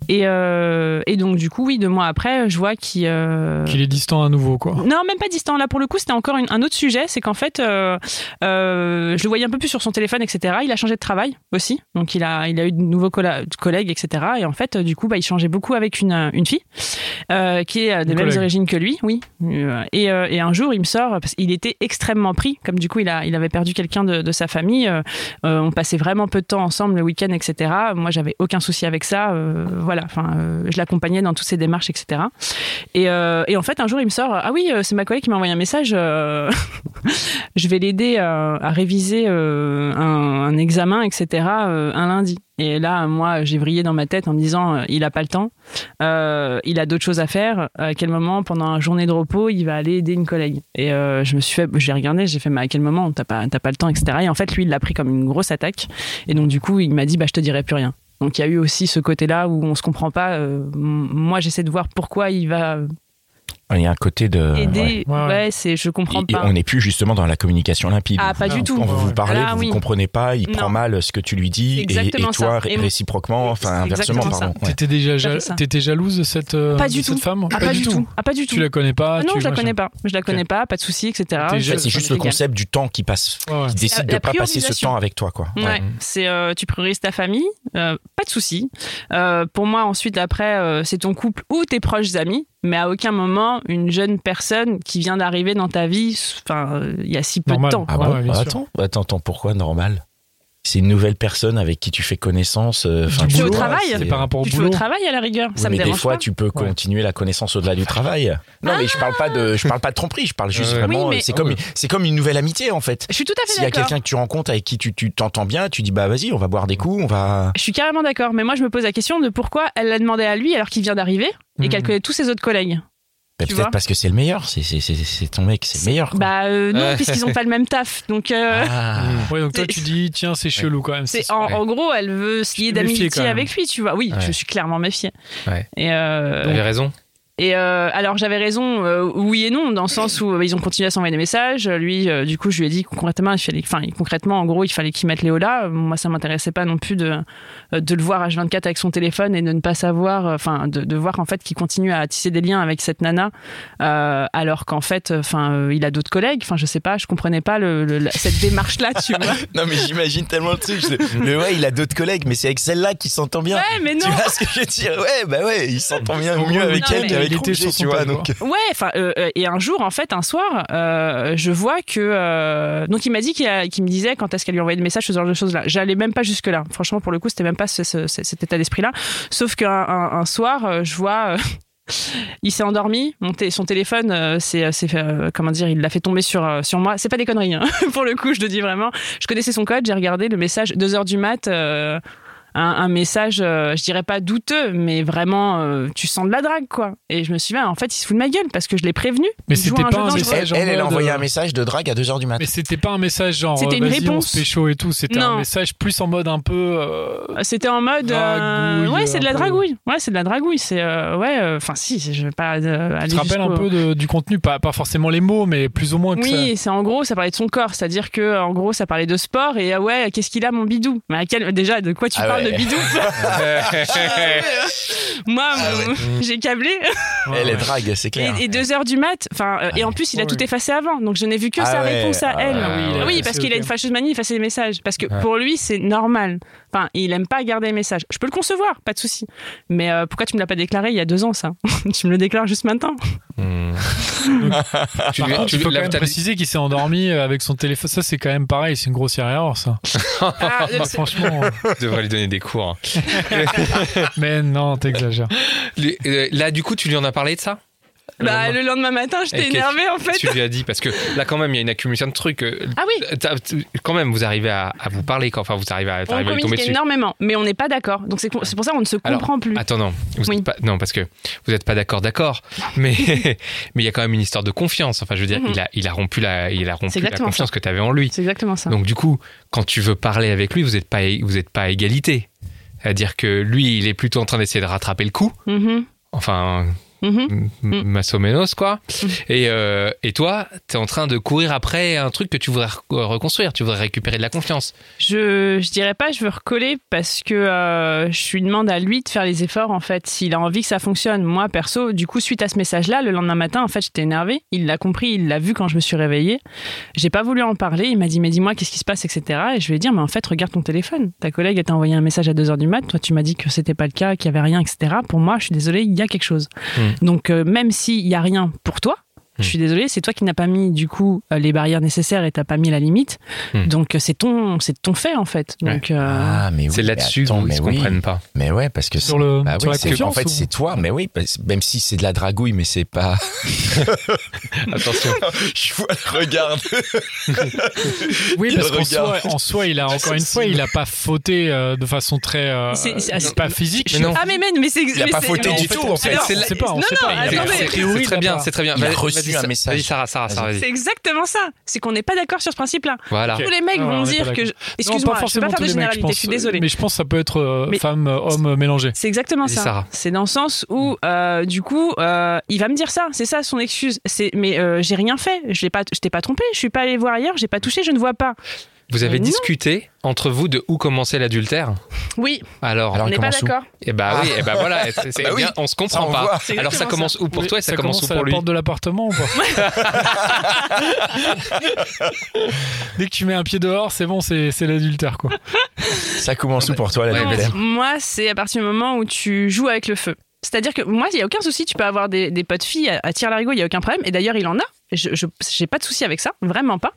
S6: Et, euh, et donc, du coup, oui, deux mois après, je vois qu'il. euh,
S3: Qu'il est distant à nouveau, quoi.
S6: non, même pas distant. Là, pour le coup, c'était encore une- un autre sujet. C'est qu'en fait, euh, euh, je le voyais un peu plus sur son téléphone, etc. Il a changé de travail aussi. Donc, il a, il a eu de nouveaux colla- collègues, etc. Et en fait, euh, du coup, bah, il changeait beaucoup avec une, euh, une fille euh, qui est euh, des
S3: Une
S6: mêmes
S3: collègue.
S6: origines que lui, oui. Euh, Et, euh, et un jour, il me sort, parce qu'il était extrêmement pris. Comme du coup, il, a, il avait perdu quelqu'un de, de sa famille. euh, euh, on passait vraiment peu de temps ensemble le week-end, etc. Moi, j'avais aucun souci avec ça. euh, voilà, enfin, euh, je l'accompagnais dans toutes ses démarches, etc. Et, euh, et en fait, un jour, il me sort Ah oui, euh, c'est ma collègue qui m'a envoyé un message. euh, je vais l'aider euh, à réviser euh, un, un examen, etc. euh, un lundi. Et là, moi, j'ai vrillé dans ma tête en me disant euh, Il a pas le temps. Euh, il a d'autres choses à faire. À quel moment, pendant une journée de repos, il va aller aider une collègue Et euh, je me suis fait, j'ai regardé, j'ai fait, mais à quel moment T'as pas, t'as pas le temps, etc. Et en fait, lui, il l'a pris comme une grosse attaque. Et donc, du coup, il m'a dit, bah, je te dirai plus rien. Donc, il y a eu aussi ce côté-là où on se comprend pas. Euh, m- moi, j'essaie de voir pourquoi il va
S2: Il y a un côté de. ouais.
S6: aider.
S3: ouais.
S6: Ouais,
S3: Ouais,
S6: c'est, je
S2: Et-
S6: comprends
S2: et
S6: pas.
S2: on n'est plus justement dans la communication limpide.
S6: Ah, pas
S3: Non.
S6: du tout.
S2: Quand vous vous parlez,
S6: Ah,
S2: vous ne
S6: oui.
S2: comprenez pas, il
S6: Non.
S2: prend mal ce que tu lui dis, et- et,
S6: exactement
S2: toi,
S6: ça.
S2: ré-
S6: Et moi-
S2: réciproquement, enfin
S6: c'est
S2: inversement,
S6: exactement ça.
S2: pardon. ouais.
S3: T'étais déjà
S6: Ça fait
S3: ja-
S6: Bah, ça.
S3: t'étais jalouse de cette, euh,
S6: Pas du
S3: de cette
S6: tout.
S3: femme
S6: Ah, pas, du tout. Ah, pas du tout.
S3: Tu la connais pas
S6: Ah non,
S3: tu-
S6: je la
S3: machin.
S6: connais pas. Je la connais
S3: Ok.
S6: pas, pas de souci, etc.
S3: T'es
S6: Je-
S3: jeune,
S2: C'est
S6: je-
S2: juste le
S6: je-
S2: concept du temps qui passe,
S3: Ouais.
S2: qui décide de
S6: Ah, la
S2: ne pas passer ce
S6: priorisation. Mm.
S2: temps avec toi, quoi.
S6: Ouais,
S2: Ouais.
S6: c'est euh, tu priorises ta famille, euh, pas de souci. Euh, pour moi ensuite après euh, c'est ton couple ou tes proches amis, mais à aucun moment une jeune personne qui vient d'arriver dans ta vie, enfin euh, il y a si peu
S3: Normal.
S6: de temps.
S2: Ah
S3: Ouais,
S2: bon
S3: ouais, bien sûr.
S2: Attends, attends, attends, pourquoi normal C'est une nouvelle personne avec qui tu fais connaissance. euh, enfin,
S3: Tu
S2: tu
S3: fais au
S2: vois,
S6: travail
S2: c'est-
S3: C'est par rapport au
S6: Tu le fais au
S3: boulot.
S6: travail à la rigueur,
S2: Oui,
S6: ça me
S2: mais des
S6: dérange
S2: fois,
S6: pas.
S2: tu peux continuer la connaissance au-delà du travail. Non, mais je parle pas de, je parle pas de tromperie. Je parle juste
S4: Ouais.
S2: vraiment.
S6: Oui,
S2: euh,
S6: mais-
S2: C'est comme, c'est comme une nouvelle amitié en fait.
S6: Je suis tout à fait
S2: S'il y a
S6: d'accord.
S2: quelqu'un que tu rencontres avec qui tu tu t'entends bien, tu dis bah vas-y, on va boire des coups, on va. bah,
S6: Je suis carrément d'accord, mais moi je me pose la question de pourquoi elle l'a demandé à lui alors qu'il vient d'arriver et qu'elle
S3: Mhm.
S6: connaît tous ses autres collègues.
S2: Bah,
S6: Tu
S2: Peut-être
S6: vois
S2: parce que c'est le meilleur. C'est c'est c'est- c'est ton mec, c'est le meilleur. quoi.
S6: Bah euh, non,
S4: Ouais.
S6: puisqu'ils n'ont pas le même taf. Donc euh,
S2: Ah.
S3: Ouais, donc toi,
S6: C'est-
S3: tu dis, tiens, c'est chelou quand même.
S6: c'est
S3: c'est-
S6: en,
S4: ouais.
S6: en gros, elle veut se lier
S3: suis méfiée, quand
S6: d'amitié
S3: même.
S6: avec lui, tu vois. Oui,
S4: Ouais.
S6: je suis clairement méfiée.
S4: Ouais.
S6: Et, euh,
S4: Vous avez raison.
S6: et euh, alors j'avais raison, euh, oui et non, dans le sens où euh, ils ont continué à s'envoyer des messages. Lui, euh, du coup, je lui ai dit concrètement, il fallait, enfin, concrètement, en gros, il fallait qu'il mette Léo là. Euh, Moi, ça m'intéressait pas non plus de euh, de le voir H24 avec son téléphone et de ne pas savoir, euh, enfin, de, de voir en fait qu'il continue à tisser des liens avec cette nana, euh, alors qu'en fait, euh, enfin, euh, il a d'autres collègues. Enfin, je sais pas, je comprenais pas le, le- la- cette démarche là, tu vois.
S2: Non mais j'imagine tellement le truc. je- Le ouais, il a d'autres collègues, mais c'est avec celle-là qu'il s'entend bien.
S6: Ouais, mais non.
S2: Tu vois ce que je veux dire Ouais, bah ouais, il s'entend bien
S3: Non,
S2: mieux avec
S6: mais
S2: elle qu'avec
S3: il était
S2: Roger,
S3: sur son
S2: tu vois.
S3: tel,
S2: Donc,
S6: Ouais, enfin, euh, euh, et un jour, en fait, un soir, euh, je vois que. euh, donc, il m'a dit qu'il a- qu'il me disait quand est-ce qu'elle lui envoyait des messages, ce genre de choses-là. J'allais même pas jusque-là. Franchement, pour le coup, c'était même pas ce- ce- ce- cet état d'esprit-là. Sauf qu'un un, un soir, euh, je vois. euh, il s'est endormi, mon té- son téléphone, euh, c'est, c'est, euh, comment dire, il l'a fait tomber sur, euh, sur moi. C'est pas des conneries, hein. pour le coup, je le dis vraiment. Je connaissais son code, j'ai regardé le message 2h du mat. euh, un, un message, euh, je dirais pas douteux, mais vraiment, euh, tu sens de la drague, quoi. Et je me suis dit, ah, en fait, il se fout de ma gueule parce que je l'ai prévenu.
S3: Mais
S6: Il joue
S3: c'était
S6: à
S3: pas
S6: jeu
S3: un
S6: dangereux.
S3: message.
S2: Elle,
S3: genre
S2: elle, elle a
S3: mode,
S2: envoyé
S3: euh,
S2: un message de drague à 2h du matin.
S3: Mais c'était pas un message genre
S6: C'était une
S3: euh, vas-y, on
S6: réponse.
S3: se pécho et tout, c'était un
S6: Non.
S3: message plus en mode un peu euh,
S6: C'était en mode. euh,
S3: Dragouille,
S6: ouais, c'est de la
S3: un peu.
S6: dragouille. Ouais, c'est de la dragouille. C'est. euh, ouais, euh, enfin, si, c'est- je vais pas. euh, aller
S3: tu te rappelles un
S6: jusqu'au-
S3: peu de- du contenu, pas, pas forcément les mots, mais plus ou moins que
S6: Oui, c'est en gros, ça parlait de son corps, c'est-à-dire que euh, en gros, ça parlait de sport et ah ouais, qu'est-ce qu'il a mon bidou Mais à quel déjà de quoi tu
S2: Ah
S6: parles
S2: ouais.
S6: de bidou Moi,
S2: Ah ouais.
S6: mon- j'ai câblé
S3: ça.
S2: elle
S3: Ouais,
S2: est
S3: ouais.
S2: drague, c'est
S6: et,
S2: clair.
S6: et deux heures du mat. Enfin, euh, et en plus, il a
S3: Ouais.
S6: tout effacé avant, donc je n'ai vu que
S2: Ah
S6: sa
S2: ouais,
S6: réponse à
S2: ah
S6: elle.
S2: ouais,
S3: Ah
S6: Oui,
S3: ouais,
S6: parce
S3: c'est
S6: qu'il a
S3: ok.
S6: une fâcheuse manie, effacer les messages. Parce que
S4: Ouais.
S6: pour lui, c'est normal. Enfin, il aime pas garder les messages. Je peux le concevoir, pas de souci. Mais euh, pourquoi tu me l'as pas déclaré il y a deux ans, ça Tu me le déclares juste maintenant Euh.
S4: Hmm. tu
S3: Par
S4: lui,
S3: contre,
S4: tu
S3: il
S4: lui-
S3: faut
S4: là,
S3: quand même
S4: t'as-
S3: préciser qu'il s'est endormi avec son téléphone. Ça, c'est quand même pareil, c'est une grossière erreur, ça.
S6: Ah,
S3: Bah, franchement,
S4: tu devrais lui donner des cours. hein.
S3: mais non, t'exagères.
S4: Lui- euh, Là, du coup, tu lui en as parlé de ça
S6: bah,
S4: Le
S6: le lendemain matin,
S4: Et
S6: j'étais
S4: qu'est-ce-
S6: énervée en
S4: lendemain,
S6: fait.
S4: Tu lui as dit, parce que là, quand même, il y a une accumulation de trucs. euh,
S6: Ah oui,
S4: t'as- t- Quand même, vous arrivez à, à vous parler, quand, enfin, vous arrivez à,
S6: on
S4: t'arrives à lui tomber
S6: communique
S4: dessus.
S6: énormément, mais on n'est pas d'accord. Donc c'est c'est pour ça qu'on ne se
S4: Alors,
S6: comprend plus.
S4: Attends, non, vous
S6: Oui.
S4: êtes pas, non, parce que vous n'êtes pas d'accord, d'accord, mais mais il y a quand même une histoire de confiance. Enfin, je veux dire,
S6: Mhm.
S4: il, a, il a rompu la, il a rompu la
S6: exactement
S4: confiance que tu avais en lui.
S6: C'est exactement ça.
S4: Donc du coup, quand tu veux parler avec lui, vous n'êtes pas, vous êtes pas à égalité. C'est-à-dire que lui, il est plutôt en train d'essayer de rattraper le coup.
S6: Mhm,
S4: Enfin,
S6: mhm.
S4: m- masso menos, quoi. Et, euh, et toi, t'es en train de courir après un truc que tu voudrais rec- reconstruire, tu voudrais récupérer de la confiance.
S6: Je, je dirais pas, je veux recoller parce que euh, je lui demande à lui de faire les efforts en fait, s'il a envie que ça fonctionne. Moi perso, du coup, suite à ce message-là, le lendemain matin, en fait, j'étais énervée. Il l'a compris, il l'a vu quand je me suis réveillée. J'ai pas voulu en parler. Il m'a dit, mais dis-moi, qu'est-ce qui se passe, etc. Et je lui ai dit, ah, mais en fait, regarde ton téléphone. Ta collègue, elle t'a envoyé un message à 2h du mat. Toi, tu m'as dit que c'était pas le cas, qu'il y avait rien, etc. Pour moi, je suis désolée, il y a quelque chose.
S4: Hmm.
S6: Donc, euh, même s'il y a rien pour toi, je
S2: Hmm.
S6: suis désolée, c'est toi qui n'as pas mis du coup euh, les barrières nécessaires et t'as pas mis la limite.
S4: Hmm.
S6: Donc euh, c'est ton, c'est ton fait en fait. Donc euh,
S2: Ah, mais oui,
S4: C'est
S2: mais
S4: là-dessus
S2: attends,
S4: où ils
S2: mais
S4: se
S2: oui.
S4: comprennent pas.
S2: Mais ouais, parce que
S3: Sur
S2: c'est-
S3: le-
S2: bah
S3: sur
S2: oui,
S3: la
S2: c'est que, en
S3: confiance,
S2: fait
S3: ou-
S2: c'est toi, mais oui, parce- même si c'est de la dragouille, mais c'est pas.
S4: Attention.
S2: Je vois le regard.
S3: Oui,
S2: Il
S3: parce qu'en
S2: regarde.
S3: soi, en soi, il a encore une fois, il a pas fauté euh, de façon très euh,
S6: C'est- c'est-
S3: c'est pas physique.
S4: Mais non.
S6: ah mais men, mais c'est.
S2: Il a
S6: mais
S2: pas
S6: c'est-
S2: fauté
S6: mais
S2: du
S6: fait,
S2: tout, en fait.
S6: alors,
S3: On sait pas, on
S6: non,
S3: sait
S6: non,
S3: pas. Il a-
S6: attendez.
S4: C'est
S3: priori,
S4: c'est
S3: il
S4: très
S3: a
S4: bien,
S3: pas-
S4: c'est très bien.
S2: Il a
S4: Vas-y,
S2: reçu
S4: vas-y,
S2: un
S4: Sa-
S2: message.
S4: Vas-y, Sarah, Sarah, Sarah,
S6: C'est
S4: vas-y.
S6: exactement ça. C'est qu'on n'est pas d'accord sur ce principe-là.
S4: Voilà.
S3: Ok.
S6: Tous les mecs
S3: Ah, on
S6: vont
S3: est pas
S6: dire que.
S3: d'accord.
S6: je-
S3: Non,
S6: Excuse-moi, je
S3: forcément
S6: ne
S3: tous
S6: vais pas faire de
S3: les mecs, je
S6: généralité.
S3: pense.
S6: Je suis désolée.
S3: Mais je pense que ça peut être euh,
S6: Mais-
S3: femme, euh, homme euh, mélangé.
S6: C'est exactement
S4: Vas-y,
S6: ça.
S4: Sarah. Mm.
S6: C'est dans le sens où, euh, du coup, euh, il va me dire ça. C'est ça son excuse. C'est, mais euh, j'ai rien fait. Je l'ai pas, je t'ai pas trompé. Je suis pas allé voir ailleurs. J'ai pas touché. Je ne vois pas.
S4: Vous avez
S6: Mais non.
S4: discuté entre vous de où commencer l'adultère
S6: Oui,
S4: Alors,
S2: Alors,
S6: on
S2: il
S6: n'est pas
S2: commence où
S6: d'accord.
S4: eh ben oui, eh ben voilà, c'est- c'est
S2: Bah oui,
S4: bien, on se
S2: ça,
S4: comprend
S2: on
S4: pas.
S2: voit.
S6: C'est
S4: Alors ça
S6: exactement
S4: commence où pour
S3: Oui,
S4: toi et ça, commence où
S3: à
S4: pour
S3: la
S4: lui
S3: porte de l'appartement ou pas Dès que tu mets un pied dehors, c'est bon, c'est c'est l'adultère quoi.
S2: Ça commence où pour toi la
S4: Ouais,
S2: dragouille
S4: vas-y.
S6: Moi, c'est à partir du moment où tu joues avec le feu. C'est-à-dire que moi, il n'y a aucun souci, tu peux avoir des, des potes filles à, à larigot il n'y a aucun problème. Et d'ailleurs, il en a. Je n'ai pas de souci avec ça, vraiment pas.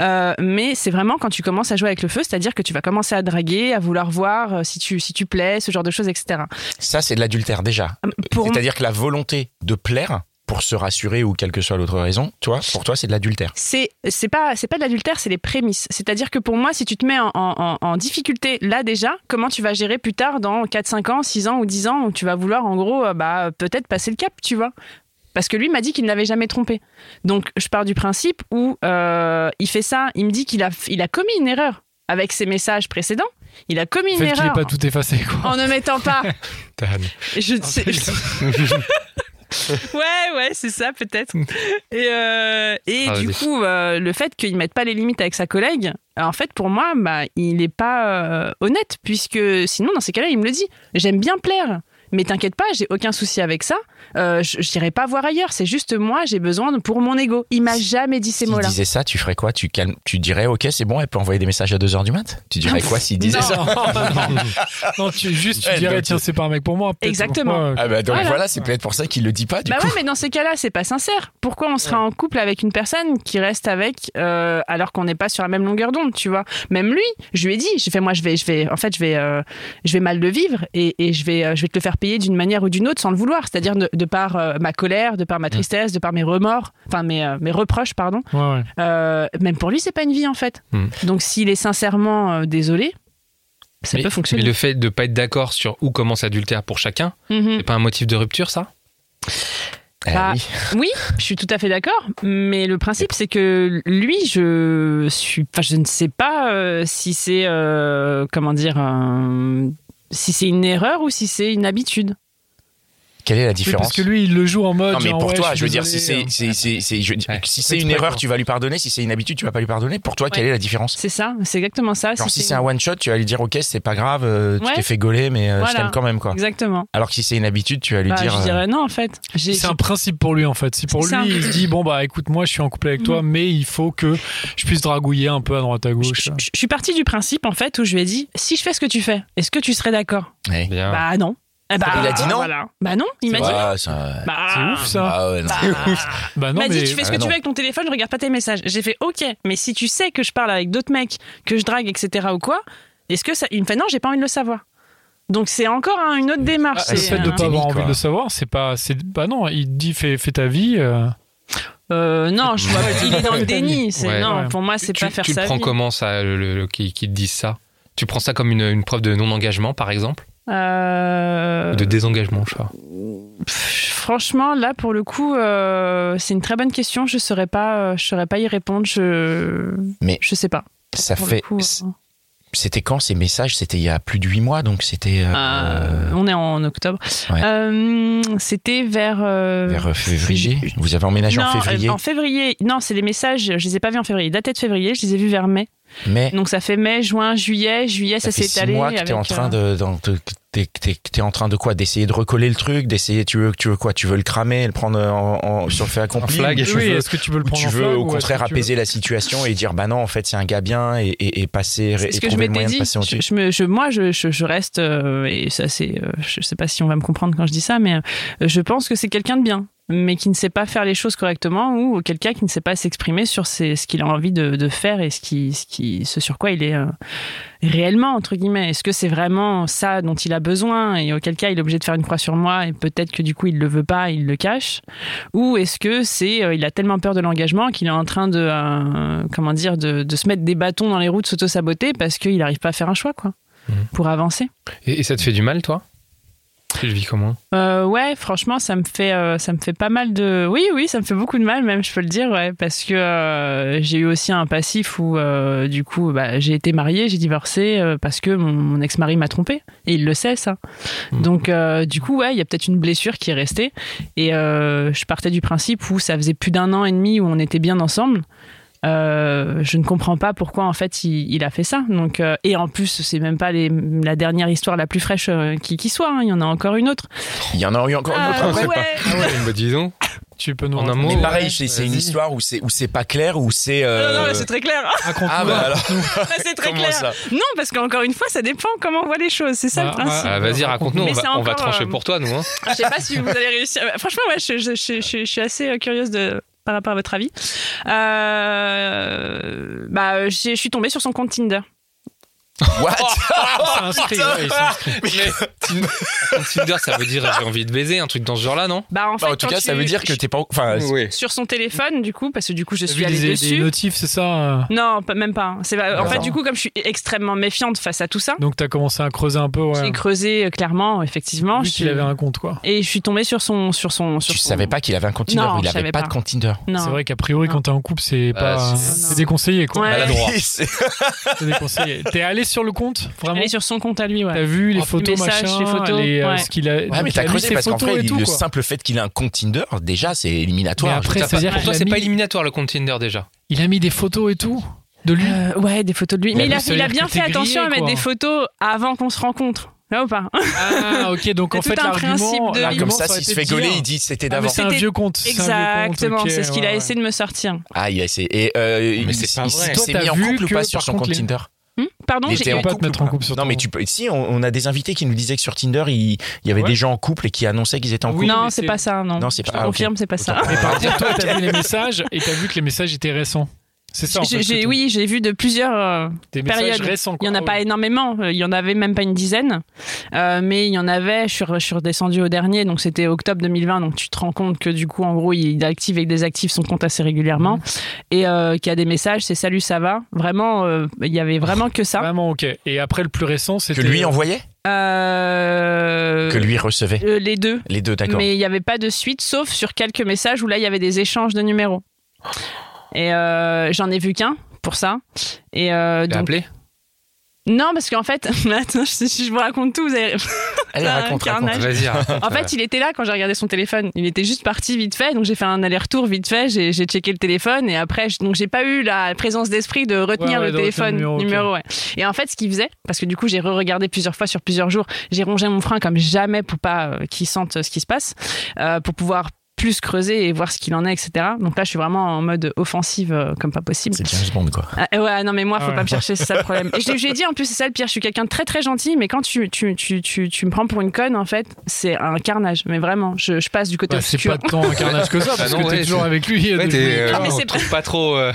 S6: Euh, mais c'est vraiment quand tu commences à jouer avec le feu, c'est-à-dire que tu vas commencer à draguer, à vouloir voir euh, si tu, si tu plais, ce genre de choses, etc.
S2: Ça c'est de l'adultère déjà.
S6: Pour
S2: C'est-à-dire que la volonté de plaire pour se rassurer ou quelle que soit l'autre raison, toi, pour toi c'est de l'adultère.
S6: c'est c'est pas c'est pas de l'adultère, c'est les prémices. C'est-à-dire que pour moi, si tu te mets en, en- en- en difficulté là déjà, comment tu vas gérer plus tard dans 4 5 ans, 6 ans ou 10 ans où tu vas vouloir en gros euh, bah peut-être passer le cap, tu vois parce que lui m'a dit qu'il ne l'avait jamais trompé. Donc je pars du principe où euh, il fait ça, il me dit qu'il a, il a commis une erreur avec ses messages précédents. Il a
S3: Le
S6: commis une
S3: fait qu'il ait
S6: erreur
S3: pas tout effacé quoi.
S6: en ne mettant pas. Je,
S3: c'est
S6: Oh, c'est- Ouais, ouais, c'est ça peut-être. Et, euh, et
S4: Ah,
S6: du
S4: vas-y.
S6: coup, euh, le fait qu'il mette pas les limites avec sa collègue, en fait, pour moi, bah, il n'est pas euh, honnête, puisque sinon, dans ces cas-là, il me le dit. J'aime bien plaire. Mais t'inquiète pas, j'ai aucun souci avec ça. Euh, je n'irai pas voir ailleurs. C'est juste moi, j'ai besoin de- pour mon ego. Il m'a jamais dit ces
S2: S'il
S6: mots-là.
S2: disait ça, tu ferais quoi Tu calmes, tu dirais ok c'est bon, elle peut envoyer des messages à 2h du mat Tu dirais quoi s'il disait
S6: Non.
S2: ça
S3: non, non, tu, juste tu
S2: Ouais,
S3: dirais
S2: donc,
S3: tiens
S2: tu-
S3: c'est pas un mec pour moi. peut-être.
S6: Exactement.
S3: Ouais,
S2: Ah bah donc
S6: Voilà.
S2: voilà, c'est peut-être pour ça qu'il le dit pas du
S6: bah
S2: coup.
S6: ouais, mais dans ces cas-là, c'est pas sincère. Pourquoi on sera en couple avec une personne qui reste avec euh, alors qu'on n'est pas sur la même longueur d'onde, tu vois Même lui, je lui ai dit, j'ai fait moi, je vais, je vais, en fait, je vais, euh, je vais mal le vivre et, et je vais, euh, je vais te le faire payer d'une manière ou d'une autre sans le vouloir, c'est-à-dire de, de par euh, ma colère, de par ma tristesse, de par mes remords, enfin mes, euh, mes reproches, pardon.
S3: ouais, ouais.
S6: Euh, même pour lui, c'est pas une vie en fait.
S4: Mm.
S6: Donc s'il est sincèrement euh, désolé. ça
S4: mais,
S6: peut fonctionner.
S4: mais le fait de pas être d'accord sur où commence l'adultère pour chacun,
S6: Mhm.
S4: c'est pas un motif de rupture, ça
S2: Eh
S6: Bah,
S2: oui.
S6: Oui, je suis tout à fait d'accord. Mais le principe, c'est que lui, je suis, enfin, je ne sais pas euh, si c'est, euh, comment dire, un- si c'est une erreur ou si c'est une habitude.
S2: Quelle est la
S3: Oui,
S2: différence
S3: parce que lui, il le joue en mode.
S2: Non, mais
S3: genre,
S2: pour
S3: ouais,
S2: toi,
S3: suis
S2: je veux dire, si
S3: désolé,
S2: c'est c'est-
S3: euh,
S2: c'est- c'est- je-
S4: Ouais.
S2: si c'est
S3: Oui,
S2: une
S3: c'est
S2: erreur,
S3: pas
S2: tu vas lui pardonner. Si c'est une habitude, tu vas pas lui pardonner. Pour toi, quelle est la différence
S6: C'est ça, Ah, c'est exactement ça.
S2: Genre, si c'est un one shot, tu vas lui dire, ok, c'est pas grave, euh, tu
S6: Ouais.
S2: t'es fait gauler, mais euh, je
S6: Voilà.
S2: t'aime quand même, quoi.
S6: Exactement.
S2: Alors que si c'est une habitude, tu vas lui
S6: Bah,
S2: dire.
S6: je
S2: euh,
S6: dirais non, en fait. J'ai-
S3: C'est un principe pour lui en fait. Si pour lui,
S6: C'est Mhm. un-
S3: il se dit bon bah écoute moi je suis en couple avec toi, mais il faut que je puisse dragouiller un peu à droite à
S6: je,
S3: gauche. hein.
S6: je- je- je suis partie du principe, en fait, où je lui ai dit si je fais ce que tu fais, est-ce que tu serais d'accord
S2: euh, Ouais.
S4: Bien.
S6: Bah non. Eh bah,
S2: Ah. Il a dit non
S6: voilà. Bah non, il m'a dit non.
S2: Ouais, ça-
S6: Bah,
S3: C'est ouf ça.
S2: Ah ouais, non.
S6: bah,
S3: Bah non
S6: m'a dit
S3: mais
S6: tu fais ce que
S2: Ah,
S6: tu
S2: non.
S6: veux avec ton téléphone, je regarde pas tes messages. J'ai fait ok, mais si tu sais que je parle avec d'autres mecs, que je drague, etc. ou quoi, est-ce que ça. Il me fait non, j'ai pas envie de le savoir. Donc c'est encore hein, une autre démarche.
S3: Ah, le
S6: c'est,
S3: fait de
S6: euh,
S3: pas avoir
S2: Technique,
S3: envie
S2: quoi.
S3: de le savoir, c'est pas c'est bah non il te dit fais, fais ta vie. euh,
S6: euh, non, je vois pas. Il est dans le déni. C'est,
S4: Ouais.
S6: non,
S3: Ouais.
S6: pour moi, c'est
S4: tu,
S6: pas faire
S4: tu
S6: ça.
S4: le prends comment, ça, le, le- le- qui, qui te disent ça Tu prends ça comme une, une preuve de non-engagement, par exemple
S6: Euh,
S4: Ou de désengagement, je sais pas.
S6: pff, Franchement, là pour le coup, euh, c'est une très bonne question. Je saurais pas, euh, je saurais pas y répondre. Je,
S2: Mais
S6: je sais pas.
S2: Ça
S6: Pour le
S2: fait.
S6: coup, euh,
S2: C'était quand ces messages C'était il y a plus de 8 mois, donc c'était. euh,
S6: Euh, on est en octobre.
S2: Ouais.
S6: Euh, C'était vers. euh,
S2: Vers février Vous avez emménagé
S6: non,
S2: en février,
S6: euh, en février. Non, c'est les messages, je les ai pas vus en février. Daté de février, je les ai vus vers mai.
S2: mais
S6: Donc ça fait mai, juin, juillet. Juillet, ça,
S2: Eh. ça fait
S6: s'est
S2: six
S6: étalé.
S2: mois que t'es
S6: avec,
S2: en train
S6: euh,
S2: de, dans- de- que t'es- que t'es- que t'es en train de quoi D'essayer de recoller le truc, d'essayer tu veux tu veux quoi Tu veux le cramer, le prendre euh, en, en- sur le fait accompli,
S4: En flag.
S2: ou
S4: Et
S3: oui,
S2: tu veux,
S3: est-ce que tu veux le
S2: ou
S3: prendre
S2: tu
S3: en
S2: veux
S3: flag,
S2: au
S3: ou est-ce
S2: contraire
S3: que tu veux-
S2: apaiser la situation et dire bah non en fait c'est un gars bien et, et, et passer
S6: C'est
S2: et
S6: ce que
S2: trouver le
S6: je m'étais
S2: moyen de
S6: dit.
S2: passer en
S6: Je, je me, je- moi, je, je- je reste, euh, et ça, c'est. euh, je sais pas si on va me comprendre quand je dis ça, mais euh, je pense que c'est quelqu'un de bien, mais qui ne sait pas faire les choses correctement ou quelqu'un qui ne sait pas s'exprimer sur ses- ce qu'il a envie de, de faire et ce, qui, ce, qui, ce sur quoi il est euh, réellement, entre guillemets. Est-ce que c'est vraiment ça dont il a besoin et auquel cas il est obligé de faire une croix sur moi et peut-être que du coup il le veut pas, il le cache Ou est-ce que c'est. euh, il a tellement peur de l'engagement qu'il est en train de. euh, comment dire de, de se mettre des bâtons dans les roues, de s'auto-saboter parce qu'il n'arrive pas à faire un choix, quoi,
S4: Mhm.
S6: pour avancer.
S4: Et, et ça te fait du mal, toi Tu le vis comment
S6: Euh, ouais, franchement, ça me fait, euh, ça me fait pas mal de. Oui, oui, ça me fait beaucoup de mal, même, je peux le dire, ouais, parce que euh, j'ai eu aussi un passif où, euh, du coup, bah, j'ai été mariée, j'ai divorcé euh, parce que mon, mon ex-mari m'a trompée, et il le sait, ça.
S4: Mhm.
S6: Donc, euh, du coup, ouais, il y a peut-être une blessure qui est restée, et euh, je partais du principe où ça faisait plus d'un an et demi où on était bien ensemble. Euh, je ne comprends pas pourquoi en fait il, il a fait ça. Donc euh, et en plus c'est même pas les- la dernière histoire la plus fraîche euh, qui, qui soit. hein. Il y en a encore une autre.
S2: Il y en a eu encore une autre
S6: Ah,
S2: après.
S6: ouais. Ah,
S4: Bah, dis donc.
S3: Tu peux nous
S4: En un
S3: raconter-
S4: mot,
S2: Mais
S4: Oh,
S2: pareil,
S4: ouais,
S2: c'est c'est une
S4: vas-y.
S2: histoire où c'est où c'est pas clair où c'est. euh,
S6: Non, non, mais c'est très clair.
S3: Raconte-nous.
S2: ah bah alors
S6: Là, c'est très
S2: comment
S6: clair.
S2: ça
S6: Non, parce qu'encore une fois, ça dépend comment on voit les choses. C'est ça
S3: Bah,
S6: le principe.
S4: Ah, Vas-y, raconte-nous,
S6: Mais
S4: on, va-
S6: c'est
S4: on va
S6: encore,
S4: trancher
S6: euh,
S4: pour toi, nous. hein.
S6: Je sais pas si vous allez réussir. Franchement, ouais, je, je- je- je- je suis assez euh, curieuse de par rapport à votre avis. Euh, bah, j'ai- je suis tombée sur son compte Tinder.
S2: What
S6: Oh,
S3: C'est inscrit, ouais, ils sont inscrits.
S4: Tinder, ça veut dire j'ai envie de baiser, un truc dans ce genre-là, non
S6: Bah, en, fait,
S2: Bah, en tout
S6: quand
S2: cas,
S6: tu-
S2: ça veut dire que t'es pas. Enfin,
S4: Ah, Oui.
S6: sur son téléphone, du coup, parce que du coup,
S3: T'as
S6: je suis
S3: vu
S6: allée
S3: des, des
S6: dessus.
S3: notifs, c'est ça euh,
S6: non, pas- même pas. hein. C'est pas- en
S2: D'accord.
S6: fait, du coup, comme je suis extrêmement méfiante face à tout ça,
S3: Donc t'as commencé à creuser un peu,
S6: j'ai
S3: ouais.
S6: creusé euh, clairement, effectivement.
S3: Vu
S6: je
S3: qu'il
S6: suis-
S3: avait un compte, quoi.
S6: Et je suis tombée sur son sur son. Sur
S2: Tu
S6: son-
S2: savais pas qu'il avait un compte Tinder
S6: Non,
S2: ou il
S6: je
S2: avait
S6: savais
S2: pas,
S6: pas.
S2: de compte Tinder.
S6: Non.
S3: C'est vrai qu'a priori,
S6: Non.
S3: quand t'es en couple, c'est
S4: Bah,
S3: pas.
S4: c'est-
S3: C'est déconseillé, quoi.
S6: Ouais.
S4: Maladroit.
S2: C'est-
S3: C'est déconseillé. T'es allé sur le compte, vraiment
S6: Allez sur son compte à lui, ouais.
S3: T'as vu les
S6: Oh,
S3: photos,
S6: messages,
S3: machin,
S6: les photos,
S3: les, euh,
S6: ouais.
S3: ce qu'il a.
S2: Ouais, mais
S3: donc il a
S2: t'as
S3: mis
S2: creusé
S3: ses
S2: parce qu'en
S3: photos
S2: vrai,
S3: et
S2: il-
S3: tout,
S2: le
S3: quoi.
S2: simple fait qu'il a un compte Tinder, déjà, c'est
S3: Mais
S2: éliminatoire. Je
S3: après,
S2: veux dire,
S3: c'est-à-dire
S4: Pour toi,
S3: qu'il a
S4: c'est pas
S3: mis-
S4: éliminatoire le compte Tinder déjà.
S3: Il a mis des photos et tout de lui.
S6: Euh, ouais, des photos de lui.
S3: Mais
S6: Mais il a,
S3: donc, ça veut
S6: il a
S3: dire
S6: bien
S3: Bah, que t'es
S6: fait attention à
S3: grillé,
S6: mettre
S3: quoi.
S6: des photos avant qu'on se rencontre. Là ou pas
S3: Ah, ok, donc
S6: C'est
S3: en fait,
S6: tout un principe
S3: l'argument.
S6: de vie.
S3: l'argument,
S2: comme ça,
S3: aurait
S2: s'il se fait
S3: été de dire,
S2: gauler, il dit c'était
S3: Ah, mais
S2: d'avant.
S3: c'est un
S6: C'était-
S3: vieux compte. c'est un vieux compte,
S6: Exactement,
S3: ok,
S6: c'est ce qu'il a
S3: ouais,
S6: essayé de me sortir.
S2: Ah, il a essayé. Et euh, il
S4: c'est
S2: s-
S4: pas
S2: il
S4: vrai.
S2: s'est
S3: Toi, t'as
S2: mis en
S3: vu
S2: couple ou pas
S3: que,
S2: sur
S3: par
S2: son
S3: contre,
S2: compte
S3: les-
S2: Tinder
S6: Hum Pardon,
S2: Il
S6: j'ai-
S2: était en
S3: pas te
S2: couple
S3: mettre
S2: ou
S3: en
S2: pas
S3: couple sur
S2: Non,
S3: ton-
S2: mais tu peux. Si, on, on a des invités qui nous disaient que sur Tinder, il, il y avait des gens en couple et qui annonçaient qu'ils étaient en couple.
S3: Oui,
S6: non,
S3: mais
S6: c'est
S3: c'est-
S6: pas ça, non.
S2: Non, c'est
S6: Je
S2: pas-
S6: te
S2: ah, ok.
S6: confirme, c'est pas ça.
S3: ouais. Par contre, toi, t'as vu les messages et t'as vu que les messages étaient récents. C'est ça, en
S6: J'ai-
S3: fait,
S6: j'ai-
S3: c'est tout. Oh,
S6: oui, j'ai vu de plusieurs euh,
S3: Des messages
S6: périodes.
S3: récents,
S6: Il y
S3: quoi. Ah
S6: en a pas énormément. euh, Il y en avait même pas une dizaine, Euh, mais il y en avait. Je suis, re- je suis redescendue au dernier, donc c'était octobre 2020. Donc tu te rends compte que du coup, en gros, il active et désactive son compte assez
S3: Mmh.
S6: régulièrement et euh, qu'il y a des messages. C'est salut, ça va. Vraiment, euh, il y avait vraiment que ça.
S3: Vraiment, ok. Et après, le plus récent,
S2: Que
S3: c'était. euh,
S2: lui envoyait
S6: Euh,
S2: Que lui recevait
S6: euh, les deux.
S2: Les deux, d'accord.
S6: Mais il n'y avait pas de suite, sauf sur quelques messages où là, il y avait des échanges de numéros. Et euh, j'en ai vu qu'un pour ça. Et euh,
S4: T'as
S6: donc,
S4: appelé
S6: non, parce qu'en fait, attends, si je vous raconte tout, vous allez-
S2: Allez,
S6: ça,
S2: raconte,
S6: un
S2: raconte.
S6: carnage.
S4: Vas-y, hein.
S6: En fait, il était là quand j'ai regardé son téléphone. Il était juste parti vite fait, donc j'ai fait un aller-retour vite fait. J'ai j'ai checké le téléphone et après, je- donc j'ai pas eu la présence d'esprit de retenir
S3: Ouais, ouais,
S6: le
S3: de retenir
S6: téléphone
S3: le
S6: numéro.
S3: numéro, ok.
S6: ouais. Et en fait, ce qu'il faisait, parce que du coup, j'ai re-regardé plusieurs fois sur plusieurs jours. J'ai rongé mon frein comme jamais pour pas euh, qu'il sente euh, ce qui se passe, euh, pour pouvoir plus creuser et voir ce qu'il en est, etc. Donc là, je suis vraiment en mode offensive euh, comme pas possible.
S2: C'est James Bond, quoi.
S6: Ah, ouais, non, mais moi, faut
S3: Ah ouais.
S6: pas me chercher, c'est ça le problème. Et je lui ai dit, en plus, c'est ça le pire, je suis quelqu'un de très très gentil, mais quand tu, tu, tu, tu, tu me prends pour une conne, en fait, c'est un carnage. Mais vraiment, je, je passe du côté
S3: Bah, c'est
S6: obscur.
S3: pas tant un carnage que ça,
S4: Bah
S3: parce
S4: non,
S3: que
S4: ouais,
S3: t'es toujours
S4: c'est-
S3: avec lui. euh,
S4: Ouais,
S3: depuis
S4: t'es, euh,
S3: longtemps.
S6: Non, Ah, mais c'est
S4: on trouve pas trop. euh,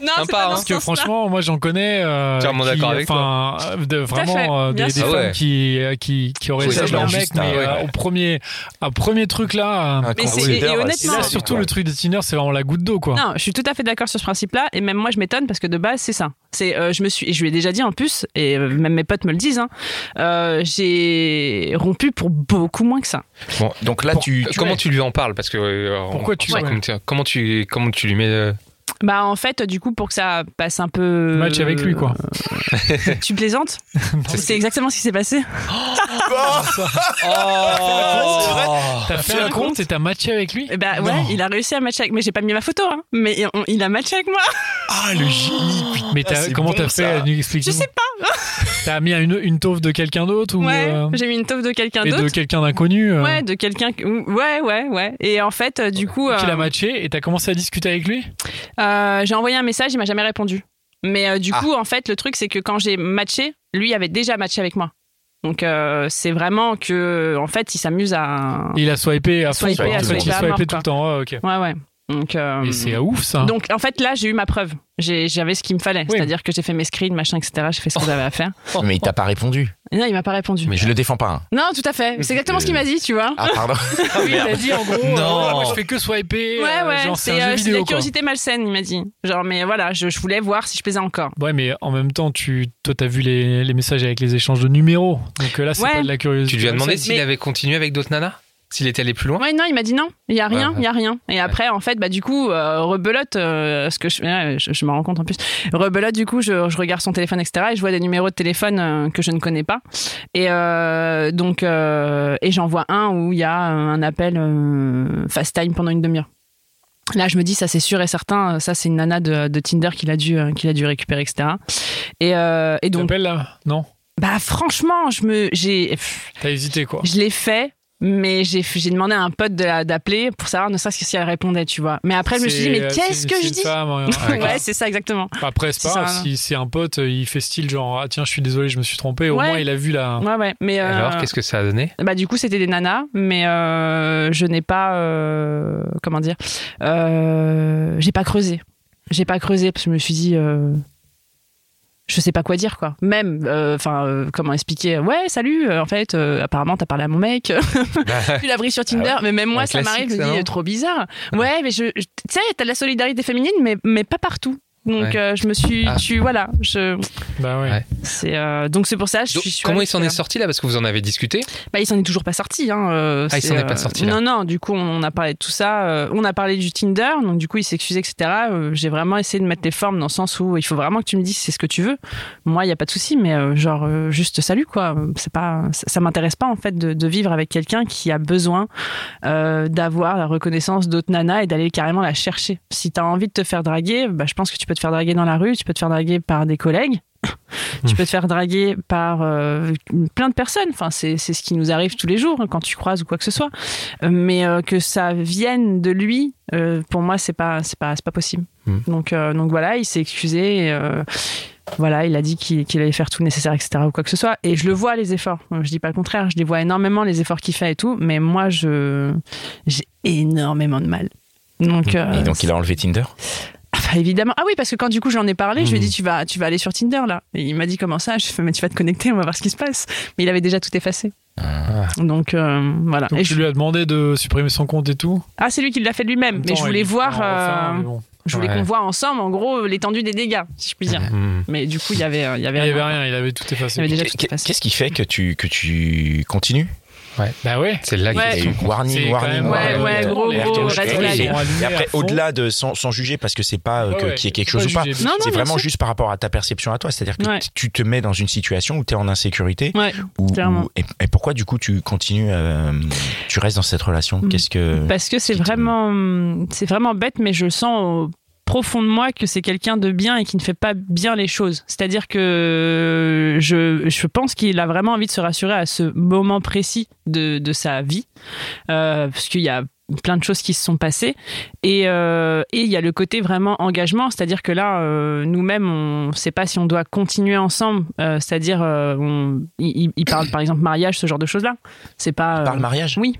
S6: Non, c'est
S4: Sympa,
S6: pas dans
S4: hein,
S6: ce
S3: Parce que
S6: sens-là.
S3: franchement, moi j'en connais. euh,
S4: Clairement d'accord
S3: qui-
S4: avec
S3: enfin, euh, de-
S6: fait,
S3: vraiment euh,
S6: bien
S3: des, des
S6: sûr.
S3: femmes
S4: Ah ouais.
S3: qui, euh, qui, qui auraient
S2: Oui,
S3: ça
S2: ça,
S3: de leur
S2: genre
S3: mec,
S2: juste un-
S3: mais euh,
S2: ouais.
S3: au premier, à premier truc là. euh,
S2: Un
S6: Mais Ah, c'est-
S2: Crusader,
S6: et- et honnêtement-
S2: c'est-
S3: là,
S6: ouais,
S3: surtout
S2: quoi.
S3: le truc de Tinder, c'est vraiment la goutte d'eau quoi.
S6: Non, je suis tout à fait d'accord sur ce principe-là, et même moi je m'étonne parce que de base c'est ça. C'est, euh, je me suis, et je lui ai déjà dit en plus, et euh, même mes potes me le disent, hein, euh, j'ai rompu pour beaucoup moins que ça.
S2: Bon, donc là,
S3: Pour-
S2: tu. tu
S4: Euh, Comment
S2: es.
S4: tu lui en parles Parce que. euh,
S3: Pourquoi
S4: on-
S3: tu-
S4: on sait
S3: Ouais.
S4: comment comment tu Comment tu lui mets. euh,
S6: Bah en fait, du coup, pour que ça passe un peu.
S3: Match avec lui
S4: Euh,
S3: quoi.
S6: Tu plaisantes C'est exactement ce qui s'est passé.
S3: T'as fait
S6: un
S3: un compte et t'as matché avec lui.
S6: Eh Ben ouais,
S3: Non.
S6: il a réussi à matcher avec. Mais j'ai pas mis ma photo, hein. Mais on- il a matché avec moi.
S2: Ah, le génie, putain.
S3: Mais
S4: Ah,
S3: t'as-
S2: c'est
S3: comment
S2: bon,
S3: t'as
S2: ça.
S3: fait Explique.
S6: Je sais
S3: pas. T'as mis une, une taupe de quelqu'un d'autre ou
S6: Ouais,
S3: euh,
S6: j'ai mis une taupe de quelqu'un
S3: et de
S6: d'autre.
S3: quelqu'un d'inconnu euh,
S6: Ouais, de quelqu'un. que- Ouais, ouais, ouais. Et en fait, euh, du coup,
S3: qui l'a
S6: euh,
S3: matché et t'as commencé à discuter avec lui.
S6: euh, j'ai envoyé un message, il m'a jamais répondu. Mais euh, du
S4: Ah.
S6: coup, en fait, le truc, c'est que quand j'ai matché, lui avait déjà matché avec moi. Donc euh, c'est vraiment que, en fait, il s'amuse à.
S3: Et Il a swipé à fond.
S6: Swipé,
S3: quoi.
S2: à
S3: En fait,
S2: swipé
S3: il
S6: à
S3: swipait
S6: mort,
S3: tout
S6: quoi.
S3: le temps. Ouais, ok.
S6: Ouais, ouais. Donc. euh,
S3: Et c'est ouf ça.
S6: Donc en fait là j'ai eu ma preuve, J'ai- j'avais ce qu'il me fallait,
S3: Oui. Oh.
S6: c'est-à-dire que j'ai fait mes screens, machin, etc. J'ai fait ce que j'avais à faire.
S2: Mais il t'a pas répondu.
S6: Et non il m'a pas répondu.
S2: Mais je le défends pas. hein.
S6: Non tout à fait, c'est exactement ce qu'il
S3: Euh,
S6: m'a dit, tu vois.
S2: Ah, pardon.
S3: Oui, il a dit en gros, euh,
S2: Non.
S3: ouais, moi je fais que swiper.
S6: Ouais,
S3: euh,
S6: ouais,
S3: genre,
S6: c'est
S3: c'est un
S6: euh,
S3: jeu
S6: c'est de la
S3: vidéo. Quoi.
S6: curiosité malsaine, il m'a dit. Genre, mais voilà, je, je voulais voir si je plaisais encore.
S3: Ouais, mais en même temps, tu, toi, t'as vu les, les messages avec les échanges de numéros. Donc euh, là, c'est
S6: Ouais.
S3: pas de la curiosité.
S4: Tu lui as demandé
S3: Ça,
S4: s'il avait continué avec d'autres nanas S'il était allé plus loin
S6: Ouais, non, il m'a dit non, il y a rien,
S4: Ouais,
S6: il
S4: ouais.
S6: y a rien. Et après, en fait, bah du coup, euh, rebelote, euh, ce que je, ouais, je, je m'en rends compte en plus. Rebelote, du coup, je, je regarde son téléphone, etc. Et je vois des numéros de téléphone euh, que je ne connais pas. Et euh, donc, euh, et j'en vois un où il y a un appel euh, fast time pendant une demi-heure. Là, je me dis, ça c'est sûr et certain, ça c'est une nana de, de Tinder qu'il a dû, euh, qu'il a dû récupérer, etc. Et, euh, et
S3: tu
S6: donc,
S3: t'appelles, là Non.
S6: Bah franchement, je me, j'ai, pff,
S3: T'as hésité quoi.
S6: je l'ai fait, mais j'ai, j'ai demandé à un pote de la- d'appeler pour savoir ne serait-ce que si elle répondait, tu vois. Mais après, je me suis dit,
S3: C'est,
S6: mais
S3: euh,
S6: qu'est-ce
S3: c'est-
S6: que
S3: c'est
S6: je
S3: une
S6: dis
S3: femme, euh,
S6: Ouais, c'est ça exactement.
S3: Après, c'est
S6: C'est
S3: pas grave,
S6: ça, non.
S3: si c'est un pote, euh, il fait style genre Ah tiens, je suis désolé, je me suis trompé. Au
S6: Ouais.
S3: moins, il a vu la.
S6: Ouais, ouais. Mais euh,
S4: Alors, qu'est-ce que ça a donné
S6: bah du coup, c'était des nanas, mais euh, je n'ai pas, euh, comment dire, euh, j'ai pas creusé. J'ai pas creusé parce que je me suis dit. euh, je sais pas quoi dire quoi. Même, euh, enfin, euh, comment expliquer Ouais, salut. euh, en fait, euh, apparemment, t'as parlé à mon mec.
S4: Bah,
S6: tu l'as pris sur Tinder, mais même moi,
S4: Ah Un
S6: ça m'arrive, je
S4: classique, ça,
S6: me
S4: non
S6: dis, trop bizarre. Ouais, mais je, je- tu sais, t'as de la solidarité féminine, mais, mais pas partout. Donc,
S4: Ouais.
S6: euh, je me suis,
S4: Ah.
S6: tu, voilà, je,
S3: Bah ouais.
S4: Ouais.
S6: c'est, euh, donc c'est pour ça, je
S4: Donc,
S6: suis.
S4: Comment
S6: allée
S4: il s'en est
S6: faire-
S4: sorti là Parce que vous en avez discuté.
S6: Bah, il s'en est toujours pas sorti. Hein, euh,
S4: Ah, il
S6: c'est,
S4: s'en est
S6: euh,
S4: pas sorti, là.
S6: Non, non. Du coup, on a parlé de tout ça. euh, on a parlé du Tinder, donc du coup, il s'excusait, etc. Euh, J'ai vraiment essayé de mettre les formes dans le sens où il faut vraiment que tu me dises si c'est ce que tu veux. Moi, il y a pas de souci, mais euh, genre euh, juste salut, quoi. C'est pas, ça, ça m'intéresse pas en fait de, de vivre avec quelqu'un qui a besoin euh, d'avoir la reconnaissance d'autres nanas et d'aller carrément la chercher. Si t'as envie de te faire draguer, bah, je pense que tu peux te faire draguer dans la rue, tu peux te faire draguer par des collègues. Tu peux te faire draguer par euh, plein de personnes. Enfin, c'est c'est ce qui nous arrive tous les jours hein, quand tu croises ou quoi que ce soit. Euh, Mais euh, que ça vienne de lui, euh, pour moi, c'est pas c'est pas c'est pas possible.
S4: Mm.
S6: Donc euh, donc voilà, il s'est excusé. et, euh, voilà, il a dit qu'il qu'il allait faire tout le nécessaire, etc. ou quoi que ce soit. Et je le vois les efforts. Euh, Je dis pas le contraire. Je les vois énormément les efforts qu'il fait et tout. Mais moi, je j'ai énormément de mal. Donc, euh,
S2: Et donc, il a enlevé Tinder
S6: ah bah Bah, évidemment. Ah oui, parce que quand du coup j'en ai parlé,
S3: Mmh.
S6: je lui ai dit tu vas, tu vas aller sur Tinder là. Et il m'a dit comment ça Je fais mais tu vas te connecter, on va voir ce qui se passe. Mais il avait déjà tout effacé. Donc euh, voilà.
S3: Ah. Donc
S6: Et
S3: tu
S6: je-
S3: lui as demandé de supprimer son compte et tout.
S6: Ah c'est lui qui l'a fait de lui-même. Mais je
S3: Attends,
S6: voulais
S3: il-
S6: voir,
S3: on va refaire,
S6: euh,
S3: mais bon.
S6: je voulais
S4: Ouais.
S6: qu'on voit ensemble en gros l'étendue des dégâts, si je puis dire.
S4: Hmm.
S6: Mais du coup il y avait, euh, il y
S3: Il
S6: avait,
S3: n'y avait
S6: rien.
S3: rien, il avait tout
S6: Il y
S3: effacé.
S6: avait déjà tout effacé.
S2: Qu'est-ce qui fait que tu, que tu continues
S3: Bah ouais.
S4: Euh, C'est là
S6: Ouais.
S4: que
S2: Il y a eu
S3: C'est
S2: warning,
S3: quand
S2: warning,
S3: même-
S6: Ouais,
S2: warning.
S6: ouais, gros,
S2: Les
S6: gros,
S2: cartons
S6: red
S2: jaunes,
S6: flag.
S2: et- Et
S3: Allumé à
S2: après,
S3: fond.
S2: au-delà de sans, sans juger, parce que c'est pas euh,
S3: Ouais,
S2: que-
S3: ouais,
S2: qu'il y ait quelque
S3: faut
S2: chose ou pas.
S3: juger.
S6: Non, non,
S2: C'est
S6: bien
S2: vraiment
S6: sûr.
S2: juste par rapport à ta perception à toi. C'est-à-dire que
S6: Ouais.
S2: t- tu te mets dans une situation où tu es en insécurité.
S6: Ouais.
S2: ou-
S6: clairement.
S2: ou- et, et pourquoi, du coup, tu continues, euh, tu restes dans cette relation
S6: Mm.
S2: Qu'est-ce que.
S6: Parce que c'est
S2: euh, qui te-
S6: vraiment, hum, c'est vraiment bête, mais je sens au profond de moi que c'est quelqu'un de bien et qui ne fait pas bien les choses. C'est-à-dire que je, je pense qu'il a vraiment envie de se rassurer à ce moment précis de, de sa vie, euh, parce qu'il y a plein de choses qui se sont passées et euh, et il y a le côté vraiment engagement c'est-à-dire que là euh, nous-mêmes on ne sait pas si on doit continuer ensemble Euh, c'est-à-dire euh, on- il, il- il parle par exemple mariage ce genre de choses là c'est pas
S2: Par
S6: euh,
S2: le mariage
S6: oui.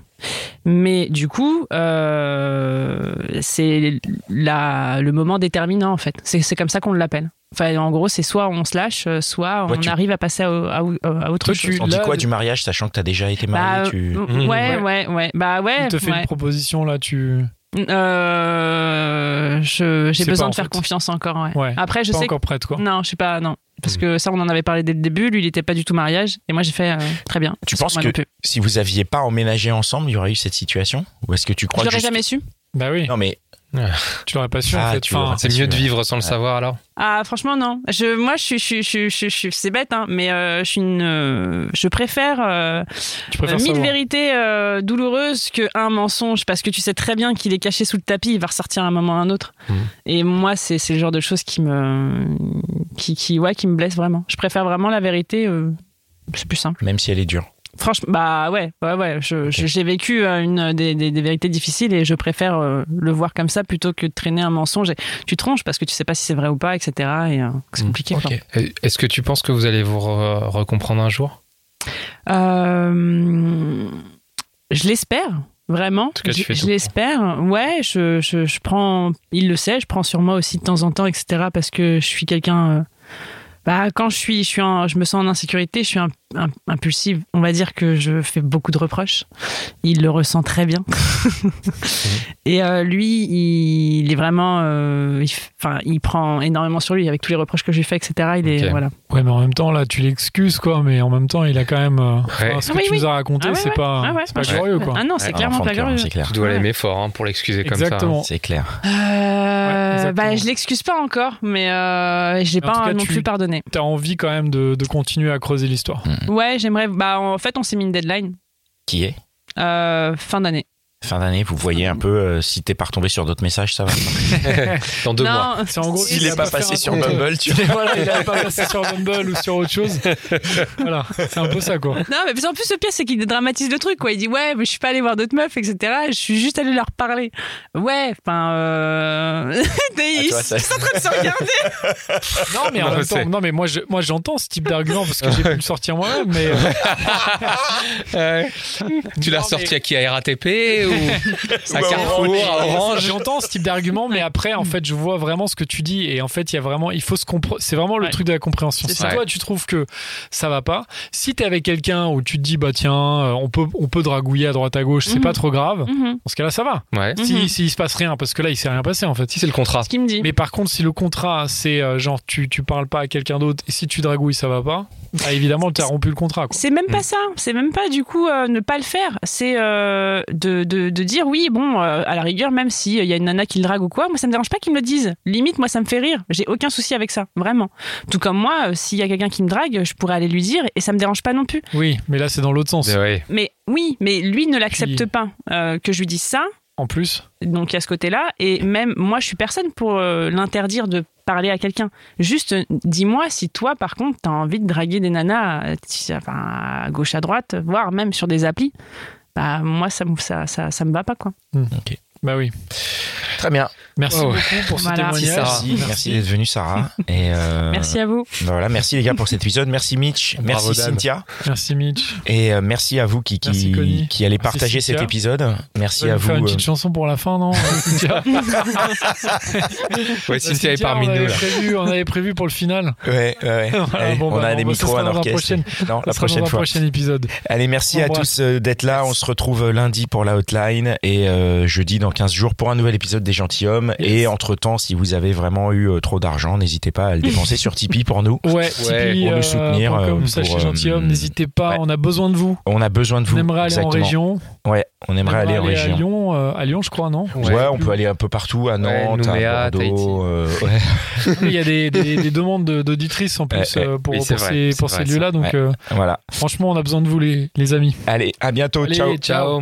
S6: Mais du coup, euh, c'est la- le moment déterminant, en fait. C'est c'est comme ça qu'on l'appelle. Enfin, en gros, c'est soit on se lâche, euh, soit
S2: Ouais,
S6: on
S2: tu-
S6: arrive à passer à, à- euh, à autre
S3: Toi,
S6: chose.
S3: tu-
S2: On dit
S3: là,
S2: quoi
S3: de-
S2: du mariage, sachant que tu as déjà été marié
S6: Bah,
S2: tu...
S6: euh,
S4: Mmh,
S6: ouais,
S3: ouais.
S6: ouais, ouais. Bah ouais.
S3: Il te fait
S6: ouais.
S3: une proposition là, tu.
S6: Euh, je- J'ai
S3: C'est
S6: besoin
S3: pas, en
S6: de faire
S3: fait.
S6: confiance encore. ouais.
S3: Ouais.
S6: Après, je
S3: Pas
S6: sais.
S3: encore Mmh. prête, quoi.
S6: Non, je sais pas, non. Parce que ça, on en avait parlé dès le début. Lui, il était pas du tout mariage. Et moi, j'ai fait euh, très bien.
S2: Tu
S6: Parce
S2: penses
S6: moi
S2: que
S6: non plus.
S2: si vous aviez pas emménagé ensemble, il y aurait eu cette situation Ou est-ce que tu
S6: Je
S2: crois que.
S6: l'aurais
S2: juste-
S6: jamais su.
S3: Bah oui.
S2: Non, mais
S3: Tu l'aurais pas su, en
S2: Ah,
S3: fait.
S2: tu
S3: Enfin,
S2: l'aurais
S4: c'est mieux de vivre sans le
S2: Ouais.
S4: savoir alors.
S6: Ah, franchement, non. Je, moi, je suis, je, suis- je, suis- je, suis- je suis- c'est bête, hein, mais euh, je suis une, euh, je préfère, euh,
S3: tu préfères
S6: euh, mille
S3: savoir.
S6: vérités euh, douloureuses que un mensonge, parce que tu sais très bien qu'il est caché sous le tapis, il va ressortir à un moment ou à un autre.
S4: Mhm.
S6: Et moi, c'est, c'est le genre de choses qui me, qui, qui, ouais, qui me blesse vraiment. Je préfère vraiment la vérité. euh, c'est plus simple.
S2: même si elle est dure.
S6: Franchement, bah ouais, ouais, ouais. je- je- j'ai vécu euh, une des, des- des vérités difficiles et je préfère euh, le voir comme ça plutôt que de traîner un mensonge. Et tu te ronges parce que tu sais pas si c'est vrai ou pas, etc. Et euh, c'est
S4: Mm.
S6: compliqué. quoi.
S4: Ok. Et- Est-ce que tu penses que vous allez vous re- recomprendre un jour
S6: Euh, je l'espère, vraiment.
S4: tout cas, tu
S6: Je-
S4: fais
S6: je
S4: tout.
S6: l'espère. Ouais, je, je, je prends. Il le sait, je prends sur moi aussi de temps en temps, etc. Parce que je suis quelqu'un. euh, bah, quand je suis, je suis, en- je me sens en insécurité. Je suis un- un- impulsive. On va dire que je fais beaucoup de reproches. Il le ressent très bien. Et euh, lui, il, il est vraiment. euh, il f- Enfin, il, prend énormément sur lui avec tous les reproches que je lui fais, etc. Il est
S4: Ok.
S6: voilà.
S3: Ouais, mais en même temps, là, tu l'excuses, quoi. Mais en même temps, il a quand même. euh, enfin, ce
S6: Ah
S3: que
S6: oui,
S3: tu
S6: oui.
S3: nous as raconté,
S6: Ah ouais,
S3: c'est
S6: ouais.
S3: pas,
S6: Ah ouais,
S3: c'est pas
S6: franchement.
S3: glorieux, quoi.
S6: Ah non, c'est
S2: Ouais, un
S6: clairement
S2: enfant
S6: pas
S2: de cœur, hein,
S6: glorieux.
S2: C'est clair.
S4: Tu dois
S6: Ah Ouais.
S4: l'aimer fort hein, pour l'excuser comme ça.
S3: Exactement.
S2: C'est clair.
S3: Ouais,
S6: Euh,
S3: exactement.
S6: bah, je l'excuse pas encore, mais euh, je l'ai
S3: Mais en
S6: pas
S3: tout cas,
S6: non
S3: tu-
S6: plus pardonné.
S3: T'as envie quand même de, de continuer à creuser l'histoire.
S6: Ouais, j'aimerais. Bah, en fait, on s'est mis une deadline
S2: Qui est
S6: euh, fin d'année.
S2: Fin d'année, vous voyez un peu euh, si t'es pas retombé sur d'autres messages, ça va.
S4: Dans deux mois.
S3: C'est en gros,
S2: S'il
S3: il
S2: est
S3: a
S2: pas
S3: pas
S2: passé
S3: fait
S2: sur
S3: raconter.
S2: Bumble, tu
S3: voilà, il a pas passé sur Bumble ou sur autre chose. Voilà, c'est un peu ça, quoi.
S6: non, mais puis en plus, le pire, c'est qu'il dédramatise le truc, quoi. Il dit, ouais, mais je suis pas allé voir d'autres meufs, etc. Je suis juste allé leur parler. Ouais, enfin. Euh...
S2: Ah,
S6: Ils
S2: tu vois,
S6: sont
S2: ça-
S6: en train de se regarder.
S3: Non, mais en
S4: Non,
S3: même
S4: c'est-
S3: temps, non, mais moi, je- moi, j'entends ce type d'argument parce que j'ai pu le sortir moi-même, mais euh,
S4: Tu l'as
S3: Non,
S4: ressorti
S3: mais-
S4: à qui À RATP ou à
S2: Ou à
S4: Carrefour, à Orange
S3: j'entends ce type d'argument, mais après, en fait, je vois vraiment ce que tu dis et en fait, il y a vraiment, il faut se comprendre. C'est vraiment le
S6: Ouais.
S3: truc de la compréhension.
S6: C'est
S3: Si
S4: ça.
S3: toi, tu trouves que ça va pas, si t'es avec quelqu'un où tu te dis, bah tiens, euh, on peut, on peut dragouiller à droite à gauche, c'est
S6: Mhm.
S3: pas trop grave.
S6: Mhm.
S3: Dans ce cas-là, ça va.
S4: Ouais.
S6: Mhm.
S3: Si, s'il se passe rien, parce que là, il s'est rien passé en fait.
S4: Si c'est le contrat.
S6: Ce qu'il me dit.
S3: Mais par contre, si le contrat, c'est euh, genre tu, tu parles pas à quelqu'un d'autre et si tu dragouilles, ça va pas, bah, évidemment, t'as rompu le contrat. Quoi.
S6: C'est même
S4: Mm.
S6: pas ça. C'est même pas du coup euh, ne pas le faire. C'est euh, de, de, de dire oui, bon, euh, à la rigueur, même s'il y a une nana qui le drague ou quoi, moi ça me dérange pas qu'ils me le disent. Limite, moi ça me fait rire. J'ai aucun souci avec ça, vraiment. Tout comme moi, euh, s'il y a quelqu'un qui me drague, je pourrais aller lui dire et ça me dérange pas non plus.
S3: Oui, mais là, c'est dans l'autre sens.
S4: Mais ouais.
S6: Mais oui, mais lui ne l'accepte
S3: Puis-
S6: pas euh, que je lui dise ça.
S3: En plus,
S6: Donc il y a ce côté-là. Et même moi, je suis personne pour euh, l'interdire de parler à quelqu'un. Juste euh, dis-moi si toi, par contre, t'as envie de draguer des nanas euh, tu- enfin, à gauche, à droite, voire même sur des applis. Bah moi, ça, me- ça, ça, ça me va pas, quoi.
S3: bah oui.
S2: Très bien.
S3: Merci
S4: Wow.
S3: beaucoup pour ce
S6: Voilà.
S3: témoignage.
S4: Merci, Sarah.
S2: Merci, merci d'être venu, Sarah. Et euh,
S6: Merci à vous.
S2: Voilà, merci les gars pour cet épisode. Merci Mitch,
S4: Bravo,
S2: merci
S4: Dan.
S2: Cynthia
S3: Merci Mitch.
S2: et euh, merci à vous qui qui,
S3: Merci, Connie.
S2: qui allez
S3: Merci,
S2: partager cet
S3: Cynthia.
S2: épisode. Merci
S3: Tu vas
S2: à
S3: nous
S2: vous.
S3: faire une
S2: euh,
S3: petite chanson pour la fin, non Cynthia
S4: Ouais, Cynthia
S3: Cynthia,
S4: est parmi
S3: on
S4: nous
S3: avait
S4: là.
S3: prévu- on avait prévu pour le final.
S2: euh, Ouais, ouais, ouais.
S3: Voilà,
S2: Allez,
S3: bon,
S2: on
S3: bah,
S2: a
S3: bon,
S2: des
S3: bah,
S2: micros,
S3: ça sera
S2: un
S3: dans la
S2: orchestre.
S3: prochaine-
S2: Non, la
S3: Ça sera dans
S2: prochaine
S3: un
S2: fois.
S3: prochain épisode.
S2: Allez, merci
S3: On
S2: à
S3: embrasse.
S2: tous euh, d'être là. On se retrouve euh, lundi pour la hotline et euh, jeudi dans 15 jours pour un nouvel épisode des Gentilhommes. Et entre-temps, si vous avez vraiment eu euh, trop d'argent, n'hésitez pas à le dépenser sur Tipeee pour nous.
S3: Ouais,
S4: Ouais,
S3: Tipeee,
S2: pour nous
S3: euh,
S2: soutenir,
S3: point com,
S2: euh, pour,
S3: sachez
S2: euh,
S3: gentilhomme, n'hésitez pas,
S2: ouais.
S3: on a besoin de vous.
S2: On a besoin de vous.
S3: on aimerait aller en
S2: Exactement.
S3: région.
S2: Ouais, on
S3: On
S2: aimerait aller en région.
S3: à Lyon, euh, à Lyon, je crois, non
S2: Ouais, on peut aller un peu partout, à Nantes,
S4: Nouméa,
S2: à Bordeaux. euh, ouais.
S3: Il y a des, des- des demandes de- d'auditrices en plus
S2: Eh, eh,
S3: euh, pour,
S4: oui,
S3: pour
S4: c'est vrai,
S3: ces,
S4: c'est
S3: pour
S4: vrai,
S3: ces
S4: ça.
S3: lieux-là. Donc,
S2: Ouais.
S3: euh,
S2: Voilà.
S3: franchement, on a besoin de vous, les, les amis.
S2: Allez, à bientôt.
S3: Allez,
S2: ciao.
S4: Ciao.